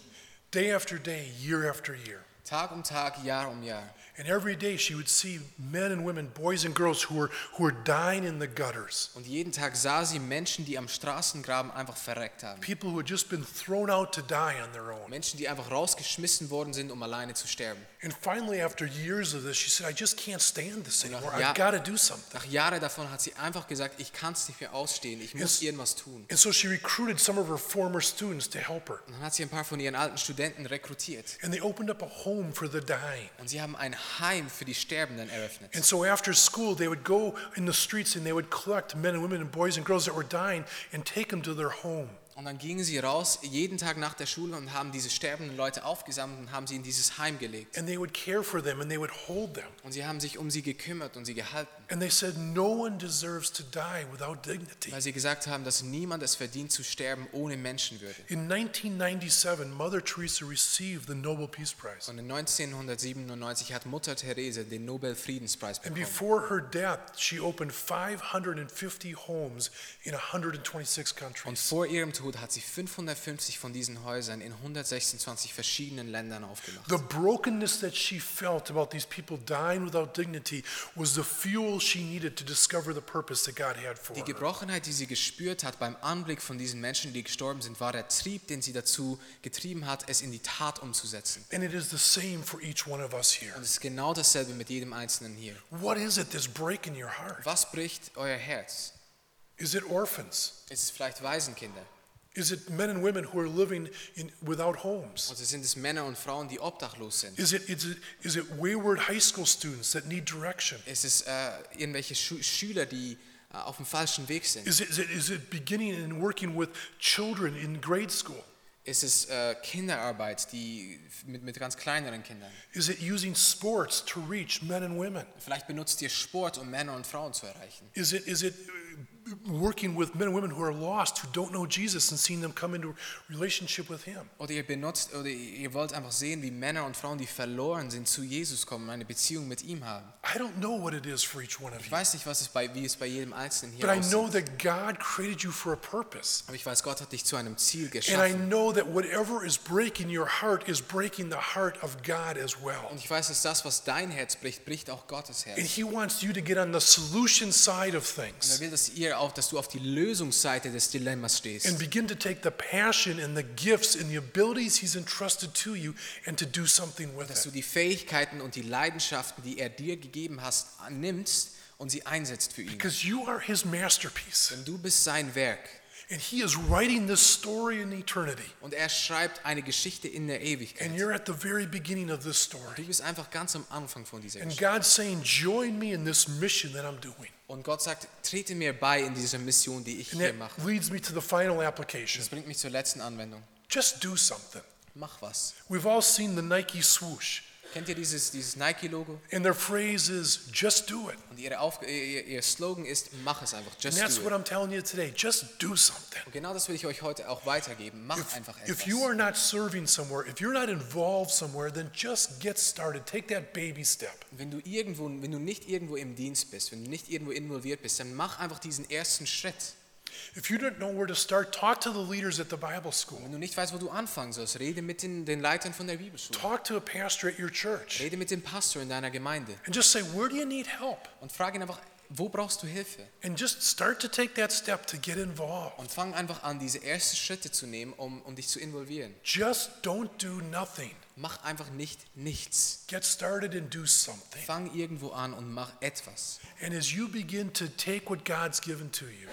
[SPEAKER 1] Day after day, year after year.
[SPEAKER 2] Tag um Tag, Jahr um Jahr.
[SPEAKER 1] And every day she would see men and women, boys and girls who were who were dying in the gutters.
[SPEAKER 2] Und jeden Tag sah sie Menschen, die am Straßengraben einfach verreckt haben.
[SPEAKER 1] People who had just been thrown out to die on their own.
[SPEAKER 2] Menschen, die einfach rausgeschmissen worden sind, um alleine zu sterben.
[SPEAKER 1] And finally, after years of this, she said, I just can't stand this anymore.
[SPEAKER 2] ja.
[SPEAKER 1] I've got to do something.
[SPEAKER 2] Nach Jahren davon hat sie einfach gesagt, ich kann es nicht mehr ausstehen, ich
[SPEAKER 1] Yes.
[SPEAKER 2] muss irgendwas tun.
[SPEAKER 1] And so she recruited some of her former students to help her.
[SPEAKER 2] Und dann hat sie ein paar von ihren alten Studenten rekrutiert.
[SPEAKER 1] And they opened up a home for the dying.
[SPEAKER 2] Und sie haben ein Heim für die Sterbenden eröffnet.
[SPEAKER 1] And so after school, they would go in the streets and they would collect men and women and boys and girls that were dying and take them to their home.
[SPEAKER 2] Und dann gingen sie raus, jeden Tag nach der Schule, und haben diese sterbenden Leute aufgesammelt und haben sie in dieses Heim gelegt.
[SPEAKER 1] And they would care for them and they would hold them.
[SPEAKER 2] Und sie haben sich um sie gekümmert und sie gehalten,
[SPEAKER 1] And they said, No one deserves to die without dignity.
[SPEAKER 2] weil sie gesagt haben, dass niemand es verdient zu sterben ohne Menschenwürde.
[SPEAKER 1] In 1997, Mother Teresa received the Nobel Peace Prize.
[SPEAKER 2] Und in 1997 hat Mutter Therese den Nobelfriedenspreis
[SPEAKER 1] And
[SPEAKER 2] bekommen.
[SPEAKER 1] before her death, she opened 550 homes in 126
[SPEAKER 2] Und
[SPEAKER 1] countries.
[SPEAKER 2] vor ihrem Tod Buddha hat sie 550 von diesen Häusern in 126 verschiedenen Ländern aufgemacht.
[SPEAKER 1] The brokenness that she felt about these people dying without dignity was the fuel she needed to discover the purpose that God had for
[SPEAKER 2] Die
[SPEAKER 1] her.
[SPEAKER 2] Gebrochenheit, die sie gespürt hat beim Anblick von diesen Menschen, die gestorben sind, war der Trieb, den sie dazu getrieben hat, es in die Tat umzusetzen.
[SPEAKER 1] And it is the same for each one of us here.
[SPEAKER 2] Und es ist genau dasselbe mit jedem Einzelnen hier.
[SPEAKER 1] What is it that's breaking your heart?
[SPEAKER 2] Was bricht euer Herz?
[SPEAKER 1] Is it orphans?
[SPEAKER 2] Ist es vielleicht Waisenkinder?
[SPEAKER 1] Is it men and women who are living in, without homes?
[SPEAKER 2] Oder sind es Männer und Frauen, die obdachlos sind?
[SPEAKER 1] Is it, is, it, is it wayward high school students that need direction?
[SPEAKER 2] Ist es äh, irgendwelche Schu Schüler, die äh, auf dem falschen Weg sind?
[SPEAKER 1] Is it, is, it, is it beginning and working with children in grade school?
[SPEAKER 2] Ist es äh, Kinderarbeit, die mit, mit ganz kleineren Kindern?
[SPEAKER 1] Is it using sports to reach men and women?
[SPEAKER 2] Vielleicht benutzt ihr Sport, um Männer und Frauen zu erreichen.
[SPEAKER 1] Is it, is it uh, working with men and women who are lost, who don't know Jesus, and seeing them come into relationship with Him?
[SPEAKER 2] Oder ihr benutzt, oder ihr wollt einfach sehen, wie Männer und Frauen, die verloren sind, zu Jesus kommen und eine Beziehung mit ihm haben.
[SPEAKER 1] I don't know what it is for each one of
[SPEAKER 2] Ich
[SPEAKER 1] you,
[SPEAKER 2] weiß nicht, was es bei, wie es bei jedem Einzelnen
[SPEAKER 1] but
[SPEAKER 2] hier
[SPEAKER 1] I know
[SPEAKER 2] aussieht.
[SPEAKER 1] that God created you for a purpose.
[SPEAKER 2] Aber ich weiß, Gott hat dich zu einem Ziel
[SPEAKER 1] And I
[SPEAKER 2] geschaffen.
[SPEAKER 1] know that whatever is breaking your heart is breaking the heart of God as well.
[SPEAKER 2] Und ich weiß, dass das, was dein Herz bricht, bricht auch Gottes Herz.
[SPEAKER 1] And He wants you to get on the solution side of
[SPEAKER 2] Und er
[SPEAKER 1] things
[SPEAKER 2] will, dass, ihr auf, dass du auf die Lösungsseite des Dilemmas
[SPEAKER 1] and
[SPEAKER 2] stehst.
[SPEAKER 1] begin to take the passion and the gifts and the abilities He's entrusted to you and to do something with
[SPEAKER 2] Dass du
[SPEAKER 1] it.
[SPEAKER 2] die Fähigkeiten und die Leidenschaften, die er dir gegeben hast, nimmst und sie einsetzt für ihn.
[SPEAKER 1] Because you are His masterpiece.
[SPEAKER 2] Denn du bist sein Werk.
[SPEAKER 1] And He is writing this story in eternity.
[SPEAKER 2] Und er schreibt eine Geschichte in der Ewigkeit.
[SPEAKER 1] And you're at the very beginning of this story.
[SPEAKER 2] Du bist einfach ganz am Anfang von dieser
[SPEAKER 1] And
[SPEAKER 2] Geschichte.
[SPEAKER 1] God's saying, Join me in this mission that I'm doing.
[SPEAKER 2] Und Gott sagt, trete mir bei in dieser Mission, die ich
[SPEAKER 1] And
[SPEAKER 2] hier mache.
[SPEAKER 1] that leads me to the final application.
[SPEAKER 2] Das bringt mich zur letzten Anwendung.
[SPEAKER 1] Just do something.
[SPEAKER 2] Mach was.
[SPEAKER 1] We've all seen the Nike swoosh,
[SPEAKER 2] Kennt ihr dieses, dieses Nike-Logo?
[SPEAKER 1] and their phrase is just do it.
[SPEAKER 2] Und ihre Aufg- ihr, ihr- ihr Slogan ist, mach es einfach.
[SPEAKER 1] And
[SPEAKER 2] Just
[SPEAKER 1] that's
[SPEAKER 2] do
[SPEAKER 1] what
[SPEAKER 2] it.
[SPEAKER 1] I'm telling you today. Just do something.
[SPEAKER 2] Und genau das will ich euch heute auch weitergeben. Macht einfach
[SPEAKER 1] If,
[SPEAKER 2] etwas.
[SPEAKER 1] if you are not serving somewhere, if you're not involved somewhere, then just get started. Take that baby step.
[SPEAKER 2] Wenn du irgendwo, wenn du nicht irgendwo im Dienst bist, wenn du nicht irgendwo involviert bist, dann mach einfach diesen ersten Schritt.
[SPEAKER 1] If you don't know where to start, talk to the leaders at the Bible school.
[SPEAKER 2] Wenn du nicht weißt, wo du anfangen sollst, rede mit den, den Leitern von der Bibelschule.
[SPEAKER 1] Talk to a pastor at your church
[SPEAKER 2] Rede mit dem Pastor in deiner Gemeinde
[SPEAKER 1] and just say, Where do you need help?
[SPEAKER 2] und frage ihn einfach, wo brauchst du Hilfe?
[SPEAKER 1] And just start to take that step to get involved.
[SPEAKER 2] Und fang einfach an, diese ersten Schritte zu nehmen, um, um dich zu involvieren.
[SPEAKER 1] Just don't do nothing.
[SPEAKER 2] Mach einfach nicht nichts.
[SPEAKER 1] Get started and do something.
[SPEAKER 2] Fang irgendwo an und mach etwas.
[SPEAKER 1] And as you begin to take what God's given to you,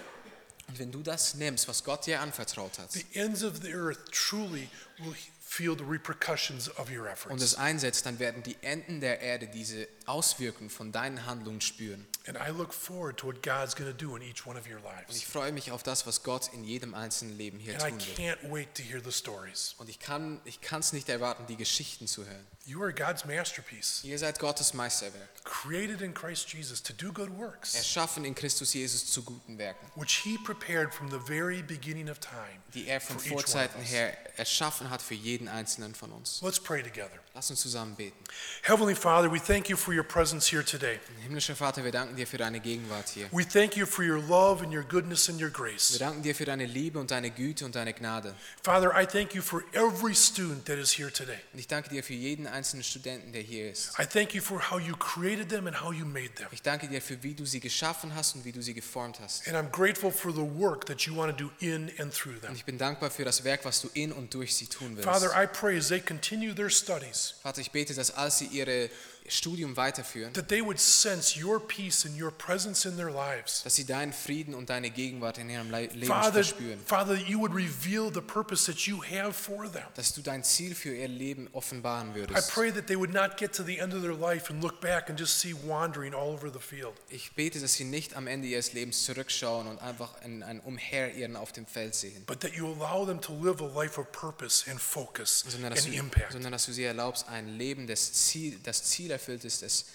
[SPEAKER 2] Und wenn du das nimmst, was Gott dir anvertraut hat,
[SPEAKER 1] the ends of the earth truly will feel the repercussions of your
[SPEAKER 2] und
[SPEAKER 1] efforts.
[SPEAKER 2] es einsetzt, dann werden die Enden der Erde diese Auswirkungen von deinen Handlungen spüren.
[SPEAKER 1] And I look forward to what God's going to do in each one of your
[SPEAKER 2] Und ich
[SPEAKER 1] lives.
[SPEAKER 2] freue mich auf das, was Gott in jedem einzelnen Leben hier
[SPEAKER 1] And I
[SPEAKER 2] tun wird.
[SPEAKER 1] can't wait to hear the stories.
[SPEAKER 2] Und ich kann ich kann's nicht erwarten, die Geschichten zu hören.
[SPEAKER 1] You are God's masterpiece,
[SPEAKER 2] Ihr seid Gottes Meisterwerk,
[SPEAKER 1] created in Christ Jesus to do good works,
[SPEAKER 2] erschaffen in Christus Jesus zu guten Werken,
[SPEAKER 1] which He prepared from the very beginning of time
[SPEAKER 2] die er von
[SPEAKER 1] for each one of
[SPEAKER 2] Vorzeiten
[SPEAKER 1] us.
[SPEAKER 2] her erschaffen hat für jeden einzelnen von uns.
[SPEAKER 1] Let's pray together.
[SPEAKER 2] Lass uns zusammen beten.
[SPEAKER 1] Heavenly Father, we thank you for your presence here today.
[SPEAKER 2] Himmlischer Vater, wir danken dir für deine Gegenwart hier.
[SPEAKER 1] We thank you for your love and your goodness and your
[SPEAKER 2] Wir
[SPEAKER 1] grace.
[SPEAKER 2] danken dir für deine Liebe und deine Güte und deine Gnade.
[SPEAKER 1] Father, I thank you for every student that is here today.
[SPEAKER 2] Und ich danke dir für jeden einzelnen Studenten, der hier ist.
[SPEAKER 1] I thank you for how you created them and how you made them.
[SPEAKER 2] Ich danke dir für, wie du sie geschaffen hast und wie du sie geformt hast.
[SPEAKER 1] And I'm grateful for the work that you want to do in and through
[SPEAKER 2] Und
[SPEAKER 1] them.
[SPEAKER 2] ich bin dankbar für das Werk, was du in und durch sie tun willst.
[SPEAKER 1] Father, I pray as they continue their studies
[SPEAKER 2] Vater, ich bete, dass als sie ihr Studium weiterführen,
[SPEAKER 1] that they would sense your peace and your presence in their lives.
[SPEAKER 2] dass sie deinen Frieden und deine Gegenwart in ihrem Le- Leben
[SPEAKER 1] Father,
[SPEAKER 2] verspüren.
[SPEAKER 1] Father, that you would reveal the purpose that you have for them.
[SPEAKER 2] Dass du dein Ziel für ihr Leben offenbaren
[SPEAKER 1] I
[SPEAKER 2] würdest.
[SPEAKER 1] pray that they would not get to the end of their life and look back and just see wandering all over the field.
[SPEAKER 2] Ich bete, dass sie nicht am Ende ihres Lebens zurückschauen und einfach ein, ein Umherirren auf dem Feld sehen,
[SPEAKER 1] but that you allow them to live a life of purpose and focus
[SPEAKER 2] sondern dass,
[SPEAKER 1] and
[SPEAKER 2] du,
[SPEAKER 1] impact.
[SPEAKER 2] sondern dass du sie erlaubst, ein Leben, das Ziel, das Ziel erfüllt ist, das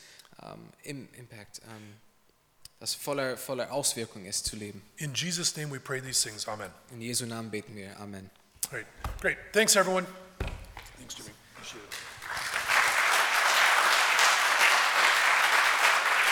[SPEAKER 2] ähm, im Impact, ähm, das voller, voller Auswirkung ist, zu leben.
[SPEAKER 1] In Jesus' name we pray these things. Amen.
[SPEAKER 2] In Jesu Namen beten wir. Amen.
[SPEAKER 1] All right. Great. Thanks, everyone.